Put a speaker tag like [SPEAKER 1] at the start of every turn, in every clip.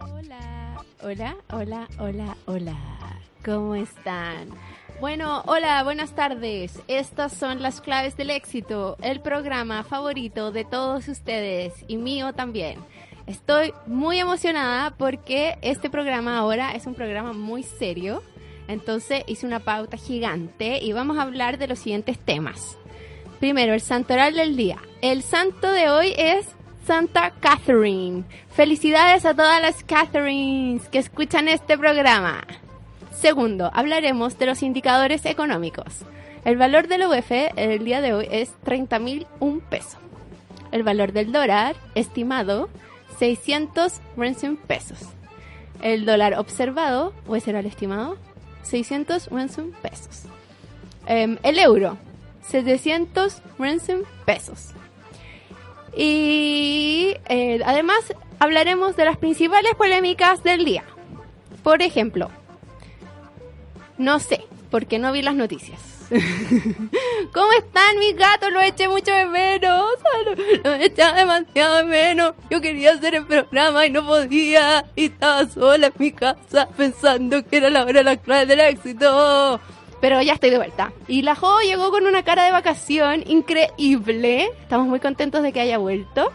[SPEAKER 1] Hola, hola, hola, hola, hola. ¿Cómo están? Bueno, hola, buenas tardes. Estas son las claves del éxito, el programa favorito de todos ustedes y mío también. Estoy muy emocionada porque este programa ahora es un programa muy serio. Entonces hice una pauta gigante y vamos a hablar de los siguientes temas. Primero, el santoral del día. El santo de hoy es Santa Catherine. Felicidades a todas las Catherines que escuchan este programa. Segundo, hablaremos de los indicadores económicos. El valor del UF el día de hoy es 30.001 pesos. El valor del dólar estimado 600 ransom pesos. El dólar observado, o será el estimado, 600 ransom pesos. Em, el euro, 700 ransom pesos. Y eh, además hablaremos de las principales polémicas del día. Por ejemplo, no sé, porque no vi las noticias. ¿Cómo están mis gatos? Los eché mucho de menos. Los echaba demasiado de menos. Yo quería hacer el programa y no podía. Y estaba sola en mi casa pensando que era la hora de las claves del éxito. Pero ya estoy de vuelta. Y la Jo llegó con una cara de vacación increíble. Estamos muy contentos de que haya vuelto.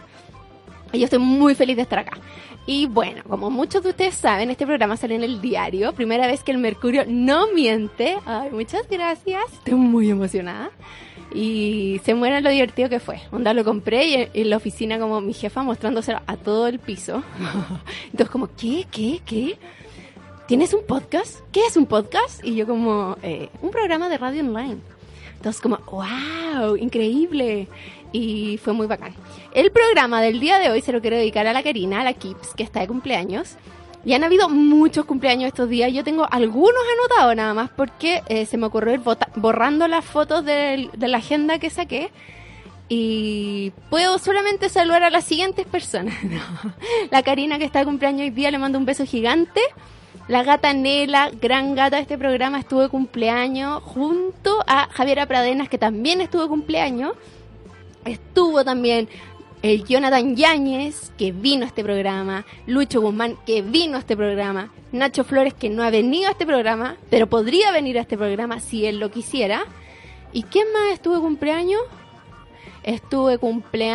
[SPEAKER 1] Y yo estoy muy feliz de estar acá. Y bueno, como muchos de ustedes saben, este programa sale en el diario. Primera vez que el Mercurio no miente. Ay, muchas gracias. Estoy muy emocionada. Y se muera lo divertido que fue. Onda, lo compré y en- en la oficina como mi jefa mostrándoselo a todo el piso. Entonces como, ¿qué? ¿Qué? ¿Qué? ¿Tienes un podcast? ¿Qué es un podcast? Y yo como, eh, un programa de radio online. Entonces como, wow, increíble. Y fue muy bacán. El programa del día de hoy se lo quiero dedicar a la Karina, a la Kips, que está de cumpleaños. Y han habido muchos cumpleaños estos días. Yo tengo algunos anotados nada más porque eh, se me ocurrió ir bota- borrando las fotos del- de la agenda que saqué. Y puedo solamente saludar a las siguientes personas. No. La Karina que está de cumpleaños hoy día le mando un beso gigante. La gata Nela, gran gata de este programa, estuvo de cumpleaños junto a Javiera Pradenas, que también estuvo de cumpleaños. Estuvo también el Jonathan Yáñez, que vino a este programa, Lucho Guzmán, que vino a este programa, Nacho Flores, que no ha venido a este programa, pero podría venir a este programa si él lo quisiera. ¿Y quién más estuvo de cumpleaños? Estuve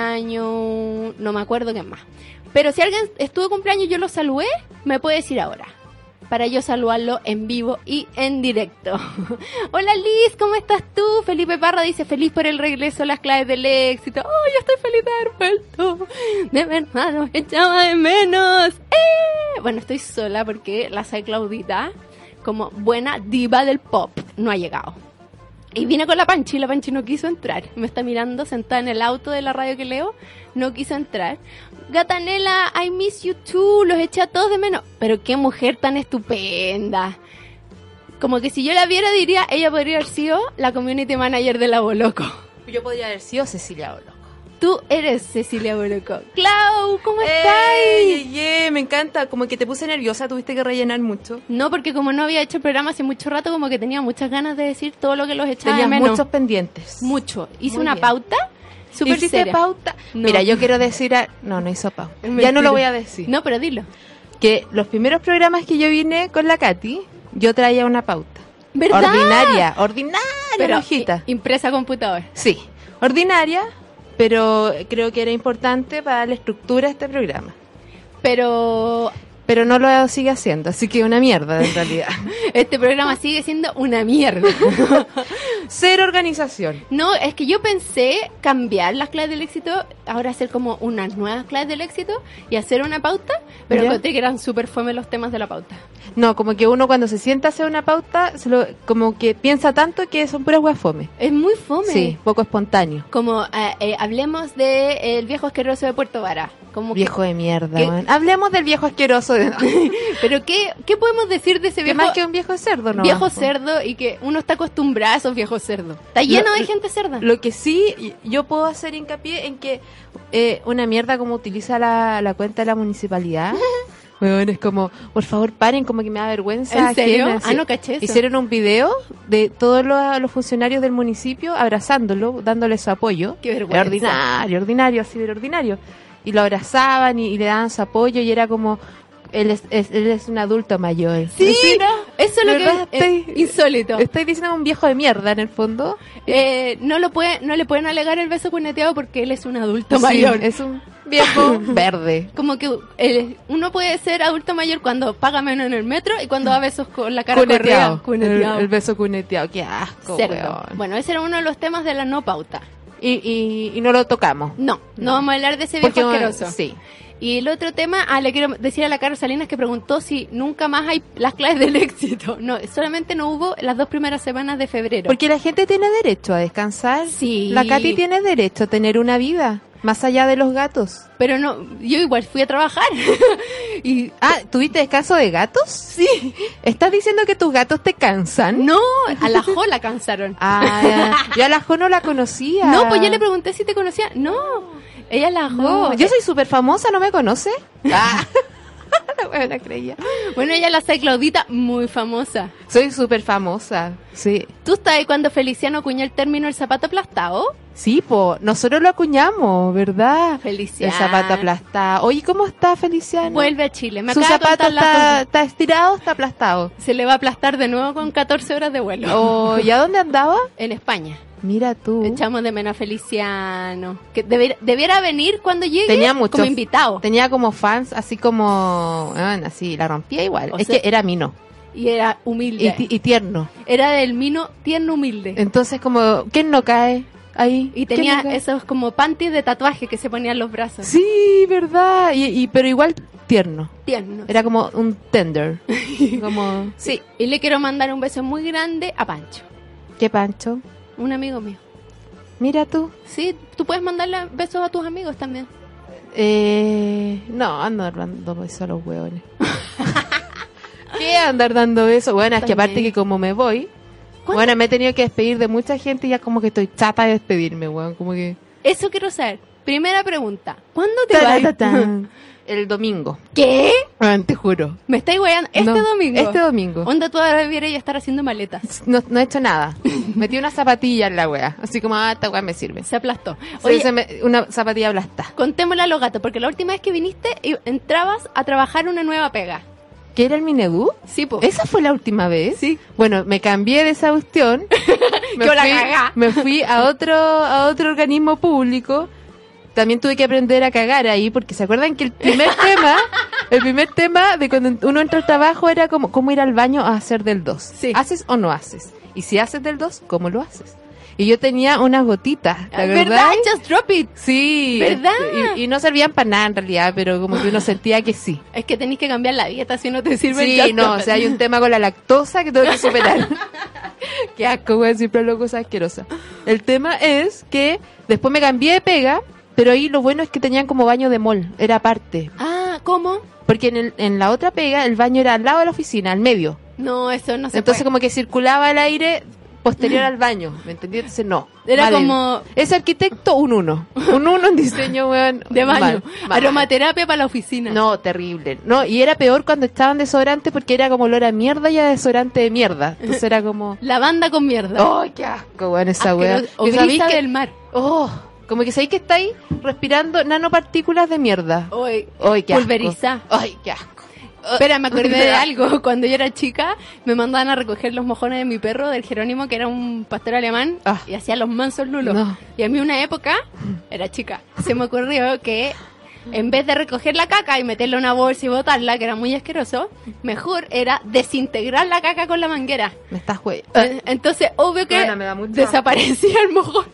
[SPEAKER 1] cumpleaños, no me acuerdo quién más. Pero si alguien estuvo de cumpleaños y yo lo saludé, me puede decir ahora. Para yo saludarlo en vivo y en directo. Hola Liz, ¿cómo estás tú? Felipe Parra dice feliz por el regreso a las claves del éxito. Oh, yo estoy feliz de haber vuelto. De verdad, los echaba de menos. ¡Eh! Bueno, estoy sola porque la soy Claudita, como buena diva del pop, no ha llegado. Y vine con la Panchi, la Panchi no quiso entrar. Me está mirando sentada en el auto de la radio que leo, no quiso entrar. Gatanela, I miss you too, los eché a todos de menos. Pero qué mujer tan estupenda. Como que si yo la viera diría, ella podría haber sido la community manager de la Boloco.
[SPEAKER 2] Yo podría haber sido Cecilia Oloco.
[SPEAKER 1] Tú eres Cecilia Boloco. Clau, ¿cómo
[SPEAKER 2] Eh. ¡Ey!
[SPEAKER 1] estáis?
[SPEAKER 2] Yeye, Me encanta, como que te puse nerviosa, tuviste que rellenar mucho.
[SPEAKER 1] No, porque como no había hecho programa hace mucho rato, como que tenía muchas ganas de decir todo lo que los echaba de
[SPEAKER 2] Tenías
[SPEAKER 1] menos.
[SPEAKER 2] muchos pendientes.
[SPEAKER 1] Mucho. Hice
[SPEAKER 2] Muy
[SPEAKER 1] una
[SPEAKER 2] bien.
[SPEAKER 1] pauta súper
[SPEAKER 2] ¿Hiciste
[SPEAKER 1] seria.
[SPEAKER 2] pauta?
[SPEAKER 1] No.
[SPEAKER 2] Mira, yo quiero decir... a- No, no hizo pauta.
[SPEAKER 1] Es
[SPEAKER 2] Ya no
[SPEAKER 1] mentira.
[SPEAKER 2] lo voy a decir.
[SPEAKER 1] No, pero dilo.
[SPEAKER 2] Que los primeros programas que yo vine con la Katy, yo traía una pauta.
[SPEAKER 1] ¿Verdad?
[SPEAKER 2] Ordinaria, ordinaria,
[SPEAKER 1] Pero
[SPEAKER 2] hojita.
[SPEAKER 1] i- impresa a computador.
[SPEAKER 2] Sí, ordinaria, pero creo que era importante para darle estructura a este programa.
[SPEAKER 1] Pero
[SPEAKER 2] Pero no lo sigue haciendo, así que una mierda en realidad.
[SPEAKER 1] este programa sigue siendo una mierda.
[SPEAKER 2] Cero organización.
[SPEAKER 1] No, es que yo pensé cambiar las claves del éxito, ahora hacer como unas nuevas claves del éxito y hacer una pauta, pero
[SPEAKER 2] Ya.
[SPEAKER 1] encontré que eran súper fome los temas de la pauta.
[SPEAKER 2] No, como que uno cuando se sienta a hacer una pauta, se lo- como que piensa tanto que son puras weas fome.
[SPEAKER 1] Es muy fome.
[SPEAKER 2] Sí, poco espontáneo.
[SPEAKER 1] Como ah, eh, hablemos de eh, el viejo asqueroso de Puerto Vara. Como que-
[SPEAKER 2] Viejo de mierda,
[SPEAKER 1] ¿Qué?
[SPEAKER 2] weón. Hablemos del viejo asqueroso. De...
[SPEAKER 1] pero qué, ¿qué podemos decir de ese
[SPEAKER 2] que
[SPEAKER 1] viejo,
[SPEAKER 2] más que un viejo cerdo, ¿no?
[SPEAKER 1] viejo cerdo y que uno está acostumbrado a esos viejos cerdos? Está lleno de
[SPEAKER 2] lo-
[SPEAKER 1] gente cerda.
[SPEAKER 2] Lo que sí, yo puedo hacer hincapié en que eh, una mierda como utiliza la, la cuenta de la municipalidad. Weón, es como, por favor, paren, como que me da vergüenza.
[SPEAKER 1] ¿En serio?
[SPEAKER 2] ajena,
[SPEAKER 1] Ah,
[SPEAKER 2] sí.
[SPEAKER 1] no caché eso.
[SPEAKER 2] Hicieron un video de todos los, los funcionarios del municipio abrazándolo, dándole su apoyo.
[SPEAKER 1] Qué vergüenza.
[SPEAKER 2] Era ordinario, ordinario, así de ordinario. Y lo abrazaban y, y le daban su apoyo y era como, él es, es- él es un adulto mayor.
[SPEAKER 1] Sí,
[SPEAKER 2] Así, ¿no?
[SPEAKER 1] eso es lo
[SPEAKER 2] ¿Verdad?
[SPEAKER 1] que es
[SPEAKER 2] Estoy-
[SPEAKER 1] insólito.
[SPEAKER 2] Estoy diciendo un viejo de mierda en el fondo.
[SPEAKER 1] Eh, no lo puede, no le pueden alegar el beso cuneteado porque él es un adulto
[SPEAKER 2] Sí,
[SPEAKER 1] mayor.
[SPEAKER 2] Es un viejo verde.
[SPEAKER 1] Como que el- uno puede ser adulto mayor cuando paga menos en el metro y cuando da besos con la cara
[SPEAKER 2] Cuneteado.
[SPEAKER 1] correa. Cuneteado.
[SPEAKER 2] El, el beso cuneteado. Qué asco,
[SPEAKER 1] Cerdo.
[SPEAKER 2] weón.
[SPEAKER 1] Bueno, ese era uno de los temas de la no pauta.
[SPEAKER 2] Y, y, y no lo tocamos.
[SPEAKER 1] No, no,
[SPEAKER 2] No.
[SPEAKER 1] vamos a hablar de ese viejo asqueroso.
[SPEAKER 2] Sí.
[SPEAKER 1] Y el otro tema, ah, le quiero decir a la Carol Salinas que preguntó si nunca más hay las claves del éxito. No, solamente no hubo las dos primeras semanas de febrero.
[SPEAKER 2] Porque la gente tiene derecho a descansar.
[SPEAKER 1] Sí.
[SPEAKER 2] La Katy tiene derecho a tener una vida. Más allá de los gatos.
[SPEAKER 1] Pero no, yo igual fui a trabajar. y
[SPEAKER 2] Ah, ¿tuviste descanso de gatos? Sí. ¿Estás diciendo que tus gatos te cansan?
[SPEAKER 1] no, a la Jo la cansaron.
[SPEAKER 2] Ah, yo a la Jo no la conocía.
[SPEAKER 1] No, pues yo le pregunté si te conocía. No, ella la Jo.
[SPEAKER 2] No, yo soy súper famosa, ¿no me conoce? Ah. la buena creía.
[SPEAKER 1] Bueno, ella la hace Claudita, muy famosa.
[SPEAKER 2] Soy súper famosa. Sí.
[SPEAKER 1] ¿Tú sabes cuando Feliciano acuñó el término el zapato aplastado?
[SPEAKER 2] Sí, po, nosotros lo acuñamos, ¿verdad?
[SPEAKER 1] Feliciano.
[SPEAKER 2] El zapato aplastado. Oye, ¿cómo está Feliciano?
[SPEAKER 1] Vuelve a Chile. Me
[SPEAKER 2] Su
[SPEAKER 1] acaba de
[SPEAKER 2] zapato
[SPEAKER 1] contar las
[SPEAKER 2] está,
[SPEAKER 1] dos.
[SPEAKER 2] está estirado, o está aplastado.
[SPEAKER 1] Se le va a aplastar de nuevo con 14 horas de vuelo.
[SPEAKER 2] Oh, ¿Y a dónde andaba?
[SPEAKER 1] En España.
[SPEAKER 2] Mira tú.
[SPEAKER 1] Echamos de menos a Feliciano. Que debiera, debiera venir cuando llegue
[SPEAKER 2] Tenía mucho.
[SPEAKER 1] como invitado.
[SPEAKER 2] Tenía como fans, así como, ah, así, la rompía igual.
[SPEAKER 1] O
[SPEAKER 2] es
[SPEAKER 1] sea-
[SPEAKER 2] que era mino
[SPEAKER 1] Y era humilde.
[SPEAKER 2] y, ti- y tierno.
[SPEAKER 1] Era del mino tierno humilde.
[SPEAKER 2] Entonces, como, ¿quién no cae ahí?
[SPEAKER 1] Y
[SPEAKER 2] ¿Quién
[SPEAKER 1] tenía
[SPEAKER 2] no cae?
[SPEAKER 1] esos como panties de tatuaje que se ponían los brazos.
[SPEAKER 2] Sí, verdad. Y, y- pero igual tierno.
[SPEAKER 1] Tierno.
[SPEAKER 2] Era como un tender. como, sí.
[SPEAKER 1] Y le quiero mandar un beso muy grande a Pancho,
[SPEAKER 2] ¿Qué pancho?
[SPEAKER 1] un amigo mío.
[SPEAKER 2] Mira tú.
[SPEAKER 1] Sí, tú puedes mandarle besos a tus amigos también.
[SPEAKER 2] Eh, no, ando dando besos a los hueones. ¿Qué andar dando besos? Bueno, es que aparte
[SPEAKER 1] También.
[SPEAKER 2] que como me voy,
[SPEAKER 1] ¿Cuándo?
[SPEAKER 2] bueno, me he tenido que despedir de mucha gente y ya como que estoy chata de despedirme, weón. Como que.
[SPEAKER 1] Eso quiero saber. Primera pregunta. ¿Cuándo te vas?
[SPEAKER 2] Taratán. El domingo.
[SPEAKER 1] ¿Qué?
[SPEAKER 2] Weón, te juro.
[SPEAKER 1] Me estáis weando. Este
[SPEAKER 2] No,
[SPEAKER 1] domingo.
[SPEAKER 2] Este domingo.
[SPEAKER 1] Onda tú ahora debieras ya estar haciendo maletas.
[SPEAKER 2] No, no he hecho nada. Metí una zapatilla en la wea. Así como, ah, esta wea me sirve.
[SPEAKER 1] Se aplastó.
[SPEAKER 2] Sí,
[SPEAKER 1] Oye,
[SPEAKER 2] se me- una zapatilla blasta.
[SPEAKER 1] contémosle a los gatos, porque la última vez que viniste i- entrabas a trabajar una nueva pega.
[SPEAKER 2] ¿Qué era el Minedú?
[SPEAKER 1] Sí, po.
[SPEAKER 2] ¿Esa fue la última vez?
[SPEAKER 1] Sí.
[SPEAKER 2] Bueno, me cambié de esa cuestión.
[SPEAKER 1] Yo
[SPEAKER 2] fui,
[SPEAKER 1] la cagá.
[SPEAKER 2] me fui a otro, a otro organismo público. También tuve que aprender a cagar ahí, porque se acuerdan que el primer tema, el primer tema de cuando uno entra al trabajo era como cómo ir al baño a hacer del 2.
[SPEAKER 1] Sí.
[SPEAKER 2] ¿Haces o no haces? Y si haces del 2, ¿cómo lo haces? Y yo tenía unas gotitas, la
[SPEAKER 1] ¿Verdad?
[SPEAKER 2] verdad.
[SPEAKER 1] Just drop it.
[SPEAKER 2] Sí.
[SPEAKER 1] ¿Verdad?
[SPEAKER 2] Y, y no servían para nada en realidad, pero como que uno sentía que sí.
[SPEAKER 1] Es que tenés que cambiar la dieta si no te sirve el
[SPEAKER 2] Sí,
[SPEAKER 1] Just
[SPEAKER 2] no,
[SPEAKER 1] Drop
[SPEAKER 2] o
[SPEAKER 1] It.
[SPEAKER 2] sea, hay un tema con la lactosa que tengo que superar. Qué asco, güey, siempre hablo cosas asquerosas. El tema es que después me cambié de pega, pero ahí lo bueno es que tenían como baño de mall, era aparte.
[SPEAKER 1] Ah, ¿cómo?
[SPEAKER 2] Porque en, el- en la otra pega el baño era al lado de la oficina, al medio.
[SPEAKER 1] No, eso no se
[SPEAKER 2] Entonces
[SPEAKER 1] puede.
[SPEAKER 2] como que circulaba el aire posterior al baño, ¿me entendí? Entonces no.
[SPEAKER 1] Era
[SPEAKER 2] mal él.
[SPEAKER 1] como-
[SPEAKER 2] Es arquitecto un uno. Un uno en diseño, weón.
[SPEAKER 1] De baño.
[SPEAKER 2] mal, mal.
[SPEAKER 1] Aromaterapia para la oficina.
[SPEAKER 2] No, terrible. No, y era peor cuando estaban desodorante porque era como olor a mierda y a desodorante de mierda. Entonces era como...
[SPEAKER 1] Lavanda con
[SPEAKER 2] ¡Ay,
[SPEAKER 1] mierda.
[SPEAKER 2] qué asco, weón, Oh, esa weá!
[SPEAKER 1] Asqueroso. O
[SPEAKER 2] Que sabéis
[SPEAKER 1] brisa
[SPEAKER 2] que-
[SPEAKER 1] del mar.
[SPEAKER 2] Oh, como que sabéis que estáis respirando nanopartículas de mierda.
[SPEAKER 1] Oye,
[SPEAKER 2] ¡Ay, qué asco!
[SPEAKER 1] Oh. Pulveriza.
[SPEAKER 2] ¡Ay, qué asco!
[SPEAKER 1] Espera, me acordé de algo. Cuando yo era chica, me mandaban a recoger los mojones de mi perro, del Jerónimo, que era un pastor alemán,
[SPEAKER 2] Ah.
[SPEAKER 1] y hacía los mansos lulos.
[SPEAKER 2] No.
[SPEAKER 1] Y a mí una época, era chica, se me ocurrió que en vez de recoger la caca y meterla en una bolsa y botarla, que era muy asqueroso, mejor era desintegrar la caca con la manguera.
[SPEAKER 2] Me estás güey.
[SPEAKER 1] En- Entonces, obvio que
[SPEAKER 2] Ah. Bueno, me da mucho
[SPEAKER 1] desaparecía el mojón.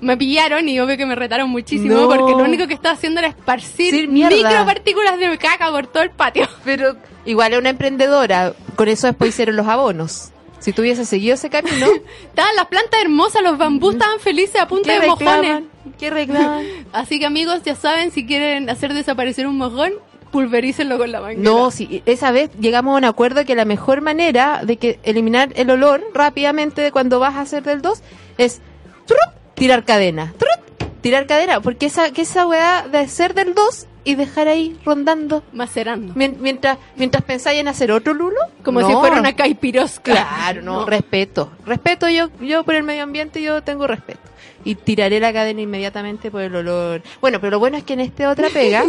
[SPEAKER 1] Me pillaron y obvio que me retaron muchísimo
[SPEAKER 2] No.
[SPEAKER 1] porque lo único que estaba haciendo era
[SPEAKER 2] Sí,
[SPEAKER 1] esparcir
[SPEAKER 2] mierda.
[SPEAKER 1] micropartículas de caca por todo el patio.
[SPEAKER 2] Pero igual es una emprendedora. Con eso después hicieron los abonos. Si tuviese seguido ese camino,
[SPEAKER 1] Estaban las plantas hermosas, los bambús estaban felices a punta
[SPEAKER 2] ¿qué
[SPEAKER 1] de mojones.
[SPEAKER 2] reclaman? ¿Qué reclaman?
[SPEAKER 1] Así que amigos, ya saben, si quieren hacer desaparecer un mojón, pulverícenlo con la manguera.
[SPEAKER 2] No, sí, esa vez llegamos a un acuerdo que la mejor manera de que eliminar el olor rápidamente de cuando vas a hacer del 2 es ¡trup! tirar cadena. ¡trup! tirar cadena, porque esa que esa weá de hacer del 2 y dejar ahí rondando
[SPEAKER 1] Macerando.
[SPEAKER 2] mien- mientras mientras pensáis en hacer otro lulo,
[SPEAKER 1] Como
[SPEAKER 2] No.
[SPEAKER 1] si fuera una caipirosca.
[SPEAKER 2] Claro, no, respeto. Respeto yo yo por el medio ambiente, yo tengo respeto. Y tiraré la cadena inmediatamente por el olor. Bueno, pero lo bueno es que en esta otra pega,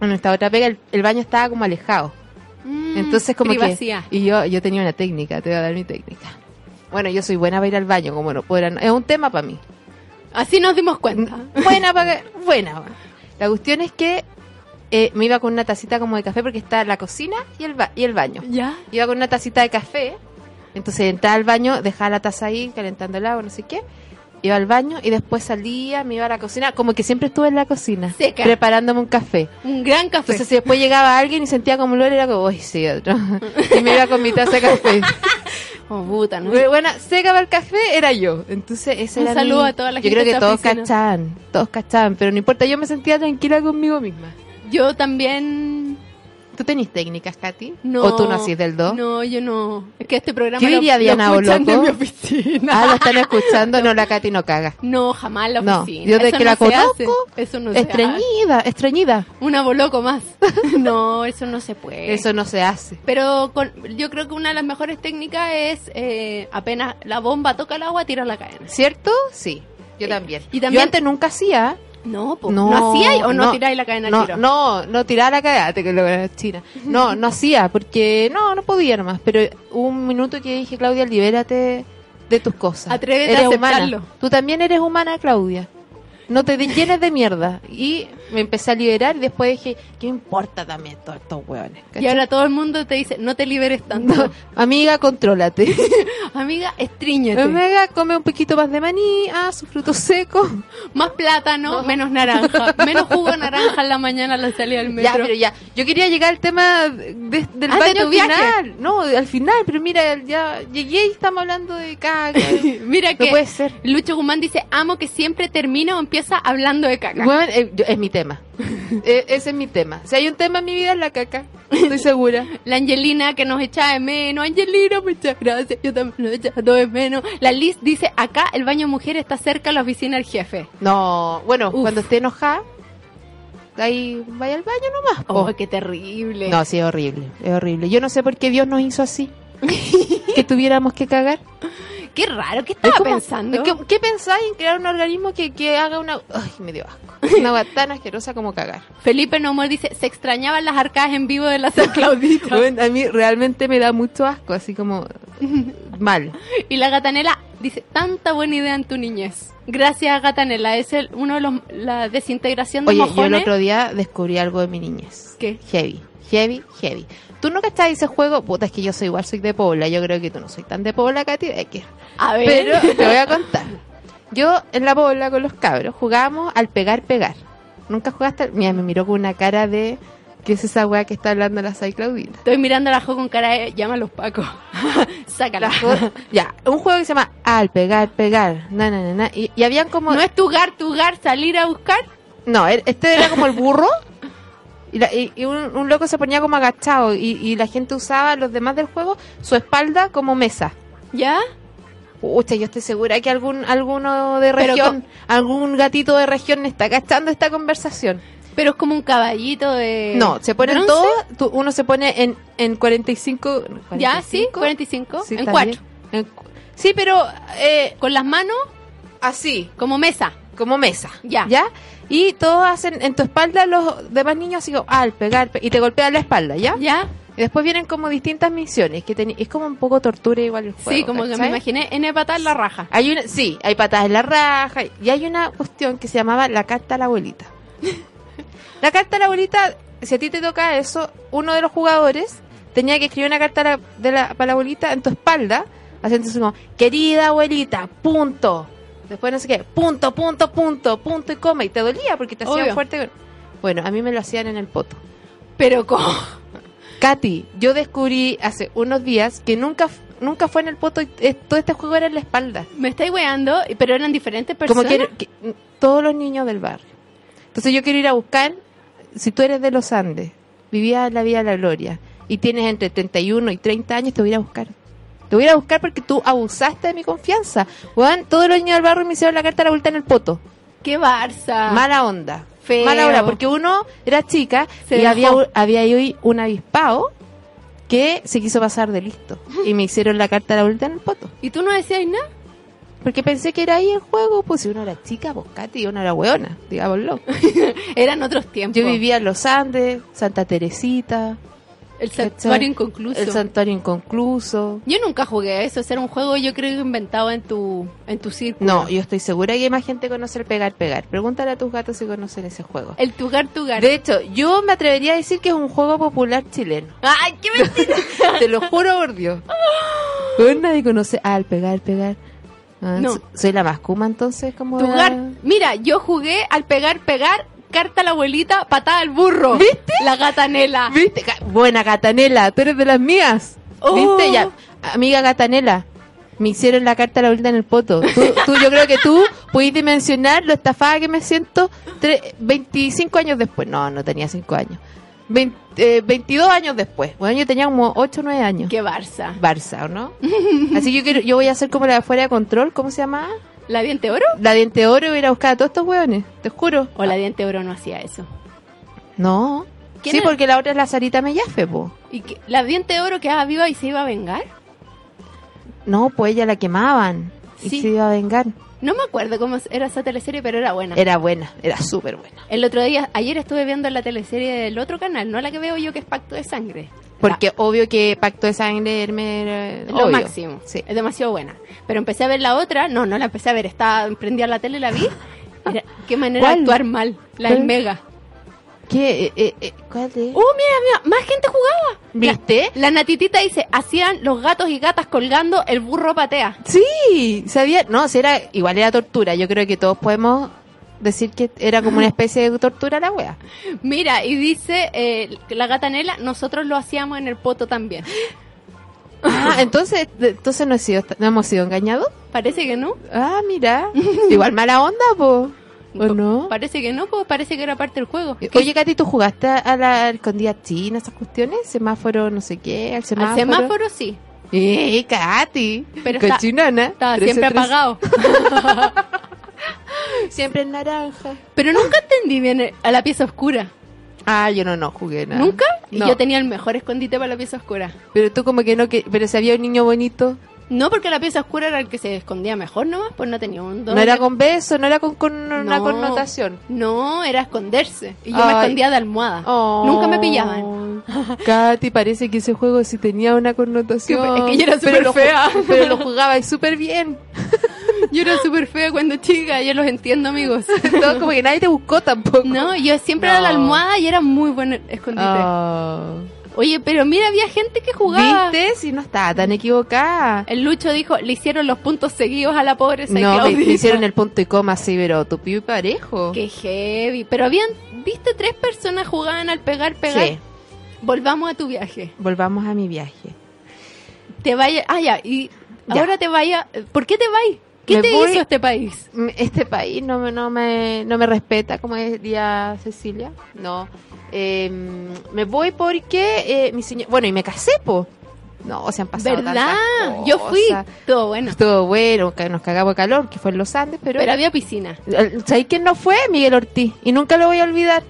[SPEAKER 2] en esta otra pega el- el baño estaba como alejado.
[SPEAKER 1] Mm,
[SPEAKER 2] Entonces como
[SPEAKER 1] privacidad.
[SPEAKER 2] que y yo yo tenía una técnica, te voy a dar mi técnica. Bueno, yo soy buena para ir al baño, como no podrán, es un tema para mí.
[SPEAKER 1] Así nos dimos cuenta.
[SPEAKER 2] Buena para buena. La cuestión es que eh, me iba con una tacita como de café porque está la cocina y el ba- y el baño.
[SPEAKER 1] ¿Ya?
[SPEAKER 2] Iba con una tacita de café, entonces entraba al baño, dejaba la taza ahí calentando el agua, no sé qué. Iba al baño y después salía, me iba a la cocina, como que siempre estuve en la cocina,
[SPEAKER 1] Seca.
[SPEAKER 2] preparándome un café.
[SPEAKER 1] Un gran café.
[SPEAKER 2] Entonces si después llegaba alguien y sentía como olor, era como, uy, sí, otro. Y me iba con mi taza de café.
[SPEAKER 1] Oh, puta, ¿no?
[SPEAKER 2] Bueno, seca para el café era yo. Entonces ese
[SPEAKER 1] Un
[SPEAKER 2] era
[SPEAKER 1] saludo
[SPEAKER 2] mi-
[SPEAKER 1] a toda la
[SPEAKER 2] Yo
[SPEAKER 1] gente
[SPEAKER 2] creo
[SPEAKER 1] de
[SPEAKER 2] que
[SPEAKER 1] esa
[SPEAKER 2] todos
[SPEAKER 1] oficina.
[SPEAKER 2] cachaban, todos cachaban, pero no importa, yo me sentía tranquila conmigo misma.
[SPEAKER 1] Yo también...
[SPEAKER 2] ¿Tú tenés técnicas, Katy?
[SPEAKER 1] No.
[SPEAKER 2] ¿O tú no hacís del do?
[SPEAKER 1] No, yo no. Es que este programa
[SPEAKER 2] ¿Qué
[SPEAKER 1] lo-
[SPEAKER 2] diría
[SPEAKER 1] lo
[SPEAKER 2] Diana
[SPEAKER 1] escuchan
[SPEAKER 2] Boloco?
[SPEAKER 1] de mi oficina.
[SPEAKER 2] Ah, lo están escuchando. No, la Katy no caga.
[SPEAKER 1] No, jamás la
[SPEAKER 2] No,
[SPEAKER 1] oficina.
[SPEAKER 2] yo de
[SPEAKER 1] Eso
[SPEAKER 2] que
[SPEAKER 1] no
[SPEAKER 2] la
[SPEAKER 1] se hace.
[SPEAKER 2] conozco,
[SPEAKER 1] Eso no se hace.
[SPEAKER 2] Estreñida, estreñida.
[SPEAKER 1] Una boloco más. No, eso no se puede.
[SPEAKER 2] Eso no se hace.
[SPEAKER 1] Pero con- yo creo que una de las mejores técnicas es eh, apenas la bomba toca el agua, tira la cadena.
[SPEAKER 2] ¿Cierto? Sí. Yo también.
[SPEAKER 1] Y también-
[SPEAKER 2] Yo antes nunca hacía.
[SPEAKER 1] No, po,
[SPEAKER 2] No,
[SPEAKER 1] no, hacíais o no,
[SPEAKER 2] no.
[SPEAKER 1] tiráis la cadena al
[SPEAKER 2] No,
[SPEAKER 1] tiro?
[SPEAKER 2] no, no tirar la cagada, te que lo china. No, no hacía, porque no, no podía nomás. Pero hubo un minuto que dije, Claudia, libérate de tus cosas.
[SPEAKER 1] Atrévete a
[SPEAKER 2] eres humana.
[SPEAKER 1] aceptarlo.
[SPEAKER 2] Tú también eres humana, Claudia. No te de- llenes de mierda. Y me empecé a liberar y después dije, ¿qué importa también todos estos hueones?
[SPEAKER 1] Y ahora todo el mundo te dice, no te liberes tanto.
[SPEAKER 2] Amiga, contrólate.
[SPEAKER 1] Amiga, estríñete.
[SPEAKER 2] Amiga, come un poquito más de maní, ah, sus frutos secos.
[SPEAKER 1] Más plátano, menos naranja. Menos jugo de naranja en la mañana a la salida del
[SPEAKER 2] Ya,
[SPEAKER 1] metro.
[SPEAKER 2] pero ya. Yo quería llegar al tema de- del
[SPEAKER 1] Ah, de
[SPEAKER 2] baño
[SPEAKER 1] tu
[SPEAKER 2] al
[SPEAKER 1] viaje.
[SPEAKER 2] final. No, al final, pero mira, ya llegué y estamos hablando de caca. no
[SPEAKER 1] Mira que
[SPEAKER 2] puede ser.
[SPEAKER 1] Lucho Guzmán dice, amo que siempre termina o empieza hablando de caca.
[SPEAKER 2] Bueno, eh, yo- es mi tema. Eh, ese es mi tema. Si hay un tema en mi vida es la caca. Estoy segura.
[SPEAKER 1] La Angelina que nos echa de menos. Angelina, muchas gracias. Yo también nos echa todo de menos. La Liz dice, acá el baño mujer está cerca a la oficina del jefe.
[SPEAKER 2] No, bueno,
[SPEAKER 1] Uf.
[SPEAKER 2] cuando esté enojada, ahí vaya al baño nomás. po.
[SPEAKER 1] Oh, qué terrible.
[SPEAKER 2] No, sí, es horrible. Es horrible. Yo no sé por qué Dios nos hizo así. que tuviéramos que cagar.
[SPEAKER 1] Qué raro, ¿qué
[SPEAKER 2] Es
[SPEAKER 1] estaba
[SPEAKER 2] como-
[SPEAKER 1] pensando?
[SPEAKER 2] ¿Qué, qué pensáis en crear un organismo que, que haga una... Ay, me dio asco. Una agua tan asquerosa como cagar.
[SPEAKER 1] Felipe Nomor dice, se extrañaban las arcadas en vivo de la San Claudita.
[SPEAKER 2] Bueno, a mí realmente me da mucho asco, así como... Mal.
[SPEAKER 1] y la Gatanela dice, tanta buena idea en tu niñez. Gracias, Gatanela. Es el, uno de los, la desintegración de
[SPEAKER 2] Oye, yo el
[SPEAKER 1] mojones.
[SPEAKER 2] otro día descubrí algo de mi niñez.
[SPEAKER 1] ¿Qué?
[SPEAKER 2] Heavy, heavy, heavy. ¿Tú no cachás ese juego? Puta, es que yo soy igual, soy de Pobla. Yo creo que tú no soy tan de Pobla, Katy. de que-
[SPEAKER 1] A ver.
[SPEAKER 2] Pero te voy a contar. Yo en la Pobla con los cabros jugábamos al pegar, pegar. Nunca jugaste... al- Mira, me miró con una cara de... ¿Qué es esa weá que está hablando la Sai Claudina?
[SPEAKER 1] Estoy mirando la Jo con cara de, llama a los pacos. Sácala.
[SPEAKER 2] ya, un juego que se llama Al pegar, pegar, na, na, na, na, Y, y habían como.
[SPEAKER 1] No es tugar, tugar, salir a buscar.
[SPEAKER 2] No, er- este era como el burro. Y, la- y- y un, un loco se ponía como agachado. Y, y la gente usaba, los demás del juego, su espalda como mesa.
[SPEAKER 1] ¿Ya?
[SPEAKER 2] Pucha, yo estoy segura que algún alguno de
[SPEAKER 1] Pero
[SPEAKER 2] región, algún gatito de región está cachando esta conversación.
[SPEAKER 1] Pero es como un caballito de.
[SPEAKER 2] No, se ponen
[SPEAKER 1] Eh, bronce.
[SPEAKER 2] todos, tú- uno se pone en, en 45,
[SPEAKER 1] Ya, sí,
[SPEAKER 2] 45,
[SPEAKER 1] 45.
[SPEAKER 2] Sí,
[SPEAKER 1] en
[SPEAKER 2] está
[SPEAKER 1] cuatro.
[SPEAKER 2] bien. En cu- sí, pero eh,
[SPEAKER 1] Con las manos
[SPEAKER 2] así,
[SPEAKER 1] como mesa.
[SPEAKER 2] como mesa.
[SPEAKER 1] Ya.
[SPEAKER 2] Y todos hacen en tu espalda los demás niños así, como, "Ah, al pegar, pe- y te golpean la espalda, ¿ya?
[SPEAKER 1] ¿Ya?
[SPEAKER 2] Y después vienen como distintas misiones, que teni- es como un poco tortura igual el juego.
[SPEAKER 1] sí, como que me
[SPEAKER 2] ¿cachai?
[SPEAKER 1] imaginé en epatar la raja.
[SPEAKER 2] Hay una, sí, hay patadas en la raja y hay una cuestión que se llamaba la carta a la abuelita. la carta a la abuelita, si a ti te toca eso, uno de los jugadores tenía que escribir una carta a la- de la- para la abuelita en tu espalda, haciendo así como, querida abuelita, punto. Después no sé qué, punto, punto, punto, punto y coma. Y te dolía porque te hacían
[SPEAKER 1] Obvio.
[SPEAKER 2] fuerte. Bueno, a mí me lo hacían en el poto.
[SPEAKER 1] Pero como.
[SPEAKER 2] Katy, yo descubrí hace unos días que nunca, f- nunca fue en el poto y eh, todo este juego era en la espalda.
[SPEAKER 1] Me estáis weando, pero eran diferentes personas.
[SPEAKER 2] Como quiero- que- todos los niños del barrio. Entonces yo quiero ir a buscar, si tú eres de los Andes, vivías la vida de la gloria, y tienes entre 31 y 30 años, te voy a ir a buscar. Te voy a ir a buscar porque tú abusaste de mi confianza. Weón, todos los niños del barrio me hicieron la carta a la vuelta en el poto.
[SPEAKER 1] ¡Qué Barça!
[SPEAKER 2] Mala onda.
[SPEAKER 1] Ah. Feo.
[SPEAKER 2] Mala onda, porque uno era chica
[SPEAKER 1] Se
[SPEAKER 2] y
[SPEAKER 1] dejó.
[SPEAKER 2] había, u- había ahí un avispado que se quiso pasar de listo. Y me hicieron la carta a la vuelta en el poto.
[SPEAKER 1] ¿Y tú no decías nada?
[SPEAKER 2] Porque pensé que era ahí el juego, pues si uno era chica, pues Katy, uno era hueona, digámoslo.
[SPEAKER 1] Eran otros tiempos.
[SPEAKER 2] Yo vivía en los Andes, Santa Teresita,
[SPEAKER 1] El santuario
[SPEAKER 2] ¿cachai?
[SPEAKER 1] inconcluso.
[SPEAKER 2] el santuario inconcluso.
[SPEAKER 1] Yo nunca jugué a eso, ese era un juego yo creo inventado en tu en tu círculo.
[SPEAKER 2] No, yo estoy segura que más gente conoce el pegar, pegar. Pregúntale a tus gatos si conocen ese juego.
[SPEAKER 1] El tugar tugar.
[SPEAKER 2] De hecho, yo me atrevería a decir que es un juego popular chileno.
[SPEAKER 1] Ay, qué mentira.
[SPEAKER 2] Te lo juro por Dios.
[SPEAKER 1] Ah.
[SPEAKER 2] Pues nadie conoce al pegar, pegar. Ah,
[SPEAKER 1] No.
[SPEAKER 2] so- Soy la más kuma entonces, como.
[SPEAKER 1] tugar.
[SPEAKER 2] la-
[SPEAKER 1] Mira, yo jugué al pegar pegar, carta a la abuelita, patada al burro. ¿Viste? La gatanela.
[SPEAKER 2] ¿Viste? Ca- Buena, Gatanela, tú eres de las mías.
[SPEAKER 1] Oh.
[SPEAKER 2] ¿Viste? Ya, amiga Gatanela, me hicieron la carta a la vuelta en el poto. Tú, tú- yo creo que tú pudiste mencionar lo estafada que me siento tre- 25 años después. No, no tenía 5 años. Vein- eh, 22 años después. Bueno, yo tenía como 8 o 9 años.
[SPEAKER 1] Qué Barça.
[SPEAKER 2] Barça, ¿o no? Así que yo, quiero- yo voy a hacer como la de fuera de control, ¿cómo se llama?
[SPEAKER 1] ¿La diente oro?
[SPEAKER 2] La diente de oro y voy a ir a buscar a todos estos hueones, te juro.
[SPEAKER 1] O la diente oro no hacía eso.
[SPEAKER 2] No.
[SPEAKER 1] ¿Quién
[SPEAKER 2] Sí,
[SPEAKER 1] era?
[SPEAKER 2] porque la otra es la Sarita Mellafe, po.
[SPEAKER 1] ¿Y que, la diente oro quedaba viva y se iba a vengar?
[SPEAKER 2] No, pues ella la quemaban y
[SPEAKER 1] Sí.
[SPEAKER 2] se iba a vengar.
[SPEAKER 1] No me acuerdo cómo era esa teleserie, pero era buena.
[SPEAKER 2] Era buena, era súper buena.
[SPEAKER 1] El otro día, ayer estuve viendo la teleserie del otro canal, no la que veo yo que es Pacto de Sangre.
[SPEAKER 2] Porque obvio que Pacto de Sangre Hermes era-
[SPEAKER 1] Es lo
[SPEAKER 2] obvio.
[SPEAKER 1] máximo.
[SPEAKER 2] Sí.
[SPEAKER 1] Es demasiado buena. Pero empecé a ver la otra. No, no la empecé a ver. Estaba prendida la tele, la vi. Era- qué manera
[SPEAKER 2] ¿Cuál?
[SPEAKER 1] de actuar mal. La
[SPEAKER 2] ¿Cuál?
[SPEAKER 1] del Mega.
[SPEAKER 2] ¿Qué? Eh, eh, eh, ¿Cuál es?
[SPEAKER 1] ¡Oh, mira, mira! Más gente jugaba.
[SPEAKER 2] ¿Viste?
[SPEAKER 1] La natitita dice, hacían los gatos y gatas colgando, el burro patea.
[SPEAKER 2] Sí, sabía. No, si era, igual era tortura. Yo creo que todos podemos decir que era como una especie de tortura la wea.
[SPEAKER 1] Mira, y dice eh, la gata Nela, nosotros lo hacíamos en el poto también.
[SPEAKER 2] Ah, entonces, entonces no, he sido, no hemos sido engañados.
[SPEAKER 1] Parece que no.
[SPEAKER 2] Ah, mira. Igual mala onda, po. ¿O no? Eh,
[SPEAKER 1] Parece que no, pues parece que era parte del juego.
[SPEAKER 2] Oye, Katy, ¿tú jugaste a la escondida china, esas cuestiones? Semáforo, no sé qué, al semáforo.
[SPEAKER 1] Al semáforo sí.
[SPEAKER 2] ¡Eh, Katy!
[SPEAKER 1] Pero está-
[SPEAKER 2] Cochinona.
[SPEAKER 1] Estaba
[SPEAKER 2] Trece,
[SPEAKER 1] siempre
[SPEAKER 2] trece.
[SPEAKER 1] apagado.
[SPEAKER 2] Siempre en naranja.
[SPEAKER 1] Pero nunca entendí bien eh, a la pieza oscura.
[SPEAKER 2] Ah, yo no, no jugué nada.
[SPEAKER 1] ¿Nunca? Y
[SPEAKER 2] No.
[SPEAKER 1] yo tenía el mejor escondite para la pieza oscura.
[SPEAKER 2] Pero tú como que no, que... pero si había un niño bonito.
[SPEAKER 1] No, porque la pieza oscura era el que se escondía mejor nomás, pues no tenía un
[SPEAKER 2] No era con beso, no era con, con una
[SPEAKER 1] No.
[SPEAKER 2] connotación.
[SPEAKER 1] No, era esconderse. Y yo me
[SPEAKER 2] Ay. Oh.
[SPEAKER 1] escondía de almohada. Nunca me pillaban.
[SPEAKER 2] Katy, parece que ese juego sí tenía una connotación.
[SPEAKER 1] Es que yo era
[SPEAKER 2] Pero lo
[SPEAKER 1] súper
[SPEAKER 2] ju-
[SPEAKER 1] fea.
[SPEAKER 2] Pero lo jugaba súper bien.
[SPEAKER 1] Yo era súper fea cuando chica, yo los entiendo, amigos.
[SPEAKER 2] Todo como que nadie te buscó tampoco.
[SPEAKER 1] No, yo siempre era la
[SPEAKER 2] No.
[SPEAKER 1] almohada y era muy buen escondite.
[SPEAKER 2] Ah.
[SPEAKER 1] Oye, pero mira, había gente que jugaba.
[SPEAKER 2] ¿Viste? Si no estaba tan equivocada.
[SPEAKER 1] El Lucho dijo, le hicieron los puntos seguidos a la pobre Sai
[SPEAKER 2] No, me, me
[SPEAKER 1] Claudita.
[SPEAKER 2] hicieron el punto y coma así, pero tu y parejo.
[SPEAKER 1] Qué heavy. Pero habían, viste, tres personas jugaban al pegar, pegar.
[SPEAKER 2] Sí,
[SPEAKER 1] Volvamos a tu viaje.
[SPEAKER 2] volvamos a mi viaje.
[SPEAKER 1] Te vaya, ah ya, y
[SPEAKER 2] Ya.
[SPEAKER 1] ahora te vaya, ¿por qué te vais? ¿Qué
[SPEAKER 2] Me
[SPEAKER 1] te
[SPEAKER 2] voy-
[SPEAKER 1] hizo este país?
[SPEAKER 2] Mm, Este país no me, no me, no me respeta, como diría Cecilia. Em, No. Eh, me voy porque eh, mi señor. Bueno, y me casé, po. No, se han pasado
[SPEAKER 1] ¿Verdad?
[SPEAKER 2] tantas
[SPEAKER 1] Yo fui.
[SPEAKER 2] cosas.
[SPEAKER 1] Todo bueno.
[SPEAKER 2] Estuvo bueno, ca- nos cagamos de calor, que fue en los Andes, pero...
[SPEAKER 1] Pero había piscina.
[SPEAKER 2] El- ¿Sabéis quién no fue? Miguel Ortiz. Y nunca lo voy a olvidar.